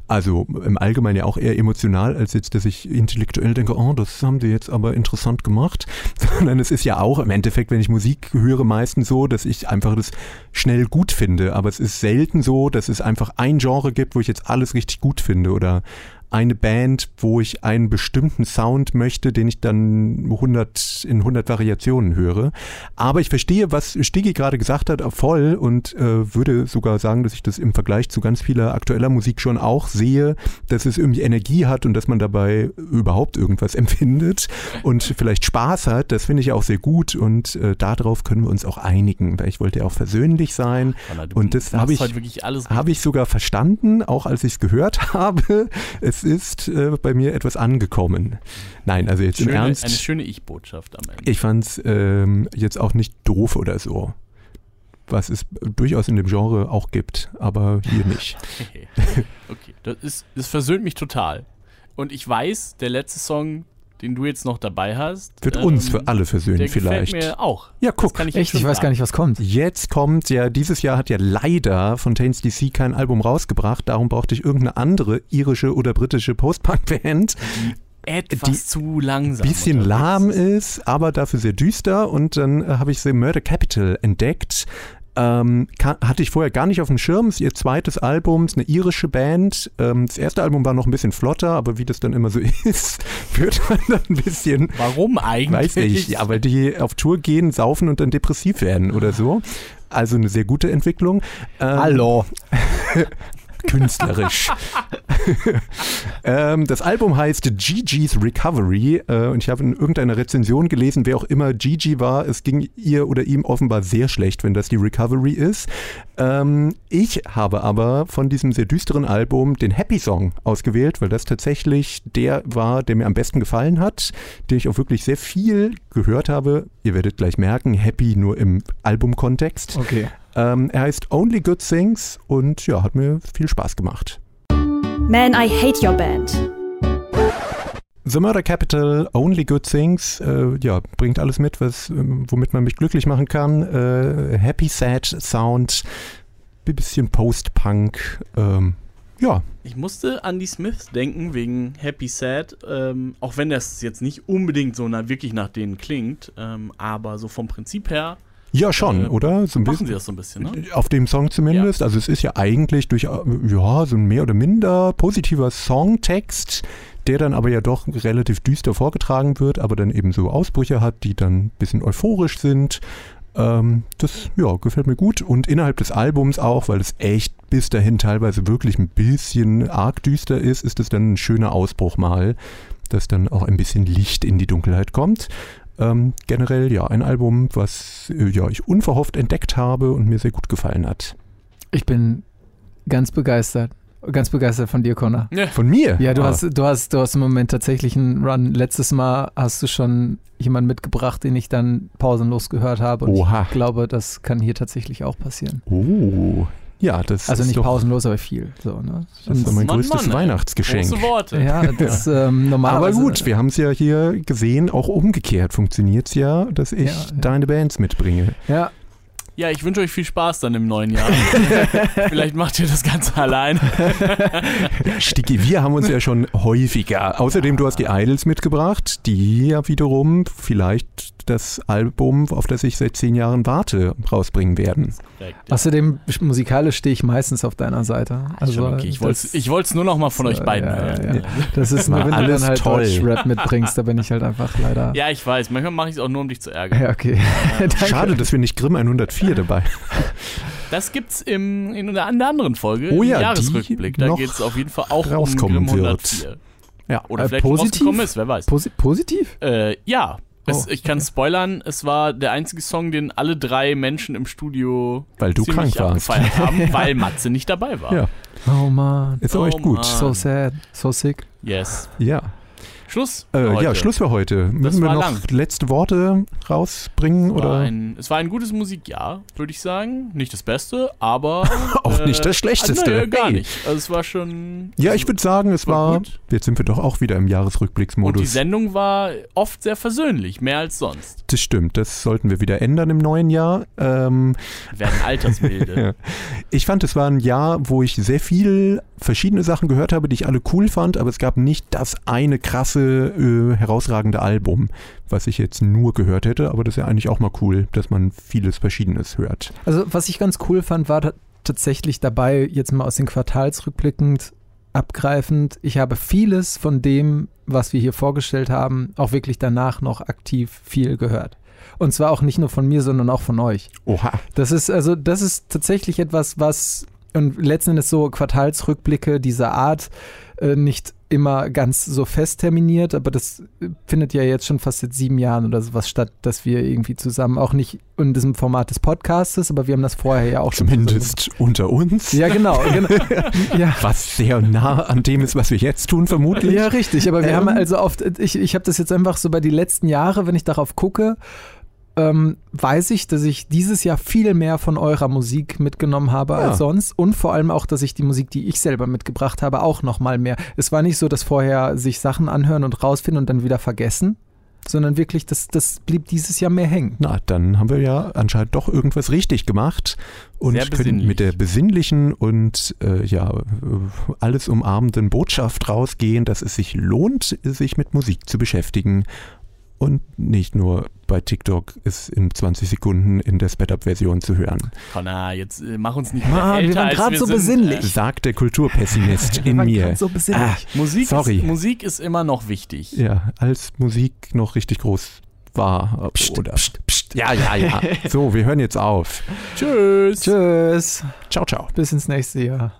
D: also im Allgemeinen ja auch eher emotional, als jetzt, dass ich intellektuell denke, oh, das haben sie jetzt aber interessant gemacht. Sondern es ist ja auch im Endeffekt, wenn ich Musik höre, meistens so, dass ich einfach das schnell gut finde. Aber es ist selten so, dass es einfach ein Genre gibt, wo ich jetzt alles richtig gut finde oder eine Band, wo ich einen bestimmten Sound möchte, den ich dann 100, in 100 Variationen höre. Aber ich verstehe, was Stigi gerade gesagt hat, voll und äh, würde sogar sagen, dass ich das im Vergleich zu ganz vieler aktueller Musik schon auch sehe, dass es irgendwie Energie hat und dass man dabei überhaupt irgendwas empfindet und vielleicht Spaß hat. Das finde ich auch sehr gut und äh, darauf können wir uns auch einigen, weil ich wollte ja auch versöhnlich sein.
B: Connor, du
D: Und das
B: machst
D: habe ich
B: heute wirklich alles
D: habe ich sogar verstanden, auch als ich es gehört habe. Es ist äh, bei mir etwas angekommen. Nein, also jetzt
B: schöne,
D: im
B: Eine
D: Ernst,
B: schöne Ich-Botschaft am Ende.
D: ich fand es ähm, jetzt auch nicht doof oder so. Was es durchaus in dem Genre auch gibt, aber hier nicht.
B: Okay. okay. Das, ist, das versöhnt mich total. Und ich weiß, der letzte Song, den du jetzt noch dabei hast,
D: Wird
B: ähm,
D: uns für alle versöhnen
B: der gefällt
D: vielleicht.
B: mir auch.
D: Ja,
B: Das
D: guck.
B: kann ich
C: Echt, ich weiß gar nicht, was kommt.
D: Jetzt kommt ja, dieses Jahr hat ja leider Fontaines DC kein Album rausgebracht, darum brauchte ich irgendeine andere irische oder britische Post-Punk-Band,
B: Etwas
D: Die-
B: zu langsam.
D: bisschen
B: unterwegs
D: lahm
B: ist.
D: ist, aber dafür sehr düster. Und dann äh, habe ich sie Murder Capital entdeckt. Ähm, ka- hatte ich vorher gar nicht auf dem Schirm. Ist ihr zweites Album, ist eine irische Band. Ähm, das erste Album war noch ein bisschen flotter, aber wie das dann immer so ist, wird man dann ein bisschen
B: Warum eigentlich?
D: Weiß ich, ja, weil die auf Tour gehen, saufen und dann depressiv werden oder so. Also eine sehr gute Entwicklung. Ähm,
C: Hallo.
D: Künstlerisch. ähm, das Album heißt Gigi's Recovery äh, und ich habe in irgendeiner Rezension gelesen, wer auch immer Gigi war, es ging ihr oder ihm offenbar sehr schlecht, wenn das die Recovery ist. Ähm, ich habe aber von diesem sehr düsteren Album den Happy Song ausgewählt, weil das tatsächlich der war, der mir am besten gefallen hat, den ich auch wirklich sehr viel gehört habe. Ihr werdet gleich merken, Happy nur im Albumkontext.
C: Okay.
D: Ähm, er heißt Only Good Things und ja, hat mir viel Spaß gemacht.
A: Man, I hate your band.
D: The Murder Capital, Only Good Things, äh, ja, bringt alles mit, was, ähm, womit man mich glücklich machen kann. Äh, happy Sad Sound, bisschen Post-Punk, ähm, ja,
B: Ich musste an die Smiths denken wegen Happy Sad, ähm, auch wenn das jetzt nicht unbedingt so na, wirklich nach denen klingt, ähm, aber so vom Prinzip her
D: ja schon,
B: Äh,
D: oder? So ein
B: machen
D: bisschen.
B: sie das so ein bisschen, ne?
D: Auf dem Song zumindest. Also es ist ja eigentlich durch äh, ja, so ein mehr oder minder positiver Songtext, der dann aber ja doch relativ düster vorgetragen wird, aber dann eben so Ausbrüche hat, die dann ein bisschen euphorisch sind. Ähm, das ja, gefällt mir gut und innerhalb des Albums auch, weil es echt bis dahin teilweise wirklich ein bisschen arg düster ist, ist es dann ein schöner Ausbruch mal, dass dann auch ein bisschen Licht in die Dunkelheit kommt. Ähm, generell ja, ein Album, was äh, ja, ich unverhofft entdeckt habe und mir sehr gut gefallen hat.
C: Ich bin ganz begeistert. Ganz begeistert von dir, Connor.
D: Von mir?
C: Ja, du,
D: Ah,
C: hast, du, hast, du hast im Moment tatsächlich einen Run. Letztes Mal hast du schon jemanden mitgebracht, den ich dann pausenlos gehört habe. Und
D: Oha.
C: ich glaube, das kann hier tatsächlich auch passieren.
D: Oh. Ja, das
C: Also
D: ist
C: nicht
D: doch,
C: pausenlos, aber viel. So, ne?
D: das ist doch mein
B: Mann,
D: größtes
B: Mann, ey.
D: Weihnachtsgeschenk.
B: Große Worte.
C: Ja, das ähm,
D: Aber
C: normalerweise.
D: gut, wir haben es ja hier gesehen, auch umgekehrt funktioniert es ja, dass ich
C: Ja, ja.
D: deine Bands mitbringe.
C: Ja,
B: Ja, ich wünsche euch viel Spaß dann im neuen Jahr. Vielleicht macht ihr das Ganze allein.
D: Sticky, wir haben uns ja schon häufiger. Außerdem, du hast die Idols mitgebracht, die ja wiederum vielleicht das Album, auf das ich seit zehn Jahren warte, rausbringen werden.
C: außerdem musikalisch stehe ich meistens auf deiner
D: Ah,
C: Seite. Also,
B: Schon okay. Ich wollte es
C: das,
B: ich wollt's nur noch mal von
C: das,
B: euch beiden
C: äh, ja,
B: hören.
C: ja, ja. das ist
D: War
C: nur, wenn du
D: alles
C: dann halt
D: toll.
C: Deutschrap mitbringst, da bin ich halt einfach leider.
B: Ja, ich weiß. Manchmal mache ich es auch nur, um dich zu ärgern.
C: Ja, okay. Danke.
D: Schade, dass wir nicht Grimm 104 dabei
B: Das gibt's im, in einer anderen Folge.
D: Oh ja,
B: Im
D: die
B: Jahresrückblick. Da
D: noch
B: geht es auf jeden Fall auch um
D: rauskommen
B: Grimm 104.
D: Ja,
B: Oder
C: Äh,
B: vielleicht um
C: positiv?
B: rausgekommen ist, wer weiß.
C: Posi positiv?
B: Äh, ja. Es,
C: Oh,
B: ich kann spoilern, es war der einzige Song, den alle drei Menschen im Studio
D: Weil du
B: ziemlich
D: krank warst.
B: abgefeiert haben, weil Matze nicht dabei war.
D: Ja.
C: Oh man.
D: Ist
B: Oh
D: auch echt gut.
B: Mann.
C: So sad. So sick.
B: Yes.
D: Ja.
B: Schluss. für
D: Äh, ja,
B: heute.
D: Schluss für heute. Müssen wir
B: war
D: noch
B: lang.
D: letzte Worte rausbringen
B: War
D: oder
B: ein, es war ein gutes Musikjahr, würde ich sagen. Nicht das Beste, aber.
D: auch
B: äh,
D: nicht das Schlechteste?
B: Nö, gar
D: Hey.
B: nicht. Also es war schon.
D: Ja,
B: also,
D: ich würde sagen, es
B: war
D: war.
B: gut.
D: Jetzt sind wir doch auch wieder im
B: Und die
D: Jahresrückblicksmodus.
B: Sendung war oft sehr versöhnlich, mehr als sonst.
D: Das stimmt, das sollten wir wieder ändern im neuen Jahr. Ähm,
B: Wir werden altersmilde.
D: ich fand, es war ein Jahr, wo ich sehr viel verschiedene Sachen gehört habe, die ich alle cool fand, aber es gab nicht das eine krasse, äh, herausragende Album, was ich jetzt nur gehört hätte. Aber das ist ja eigentlich auch mal cool, dass man vieles Verschiedenes hört.
C: Also, was ich ganz cool fand, war ta- tatsächlich dabei, jetzt mal aus den Quartalsrückblickend abgreifend, ich habe vieles von dem, was wir hier vorgestellt haben, auch wirklich danach noch aktiv viel gehört. Und zwar auch nicht nur von mir, sondern auch von euch.
D: Oha.
C: Das ist also, das ist tatsächlich etwas, was und letzten Endes so Quartalsrückblicke dieser Art äh, nicht immer ganz so fest terminiert, aber das äh, findet ja jetzt schon fast seit sieben Jahren oder sowas statt, dass wir irgendwie zusammen, auch nicht in diesem Format des Podcastes, aber wir haben das vorher ja auch schon
D: Zumindest unter uns.
C: zusammen- Ja, genau. genau. ja.
D: Was sehr nah an dem ist, was wir jetzt tun, vermutlich.
C: Ja, richtig. Aber wir
D: Ähm.
C: haben also oft, ich, ich habe das jetzt einfach so bei die letzten Jahre, wenn ich darauf gucke, ähm, weiß ich, dass ich dieses Jahr viel mehr von eurer Musik mitgenommen habe
D: Ja.
C: als sonst und vor allem auch, dass ich die Musik, die ich selber mitgebracht habe, auch nochmal mehr. Es war nicht so, dass vorher sich Sachen anhören und rausfinden und dann wieder vergessen, sondern wirklich, das, das blieb dieses Jahr mehr hängen.
D: Na, dann haben wir ja anscheinend doch irgendwas richtig gemacht und
B: Sehr
D: können
B: besinnlich.
D: mit der besinnlichen und äh, ja, äh, alles umarmenden Botschaft rausgehen, dass es sich lohnt, sich mit Musik zu beschäftigen. und nicht nur bei TikTok ist in 20 Sekunden in der Sped-Up-Version zu hören.
B: Connor, jetzt äh, mach uns nicht
C: Mann,
B: mehr
C: wir
B: älter,
C: waren
B: als
C: grad so
B: sind.
C: besinnlich.
B: Äh,
D: Sagt der Kulturpessimist in
C: Man
D: mir.
C: kann's So besinnlich.
D: Ah,
B: Musik,
D: Sorry.
B: Ist, Musik ist immer noch wichtig.
D: Ja, als Musik noch richtig groß war. oder? Ja, ja, ja. so, wir hören jetzt auf.
B: Tschüss.
C: Tschüss.
D: Ciao, ciao.
C: Bis ins nächste Jahr.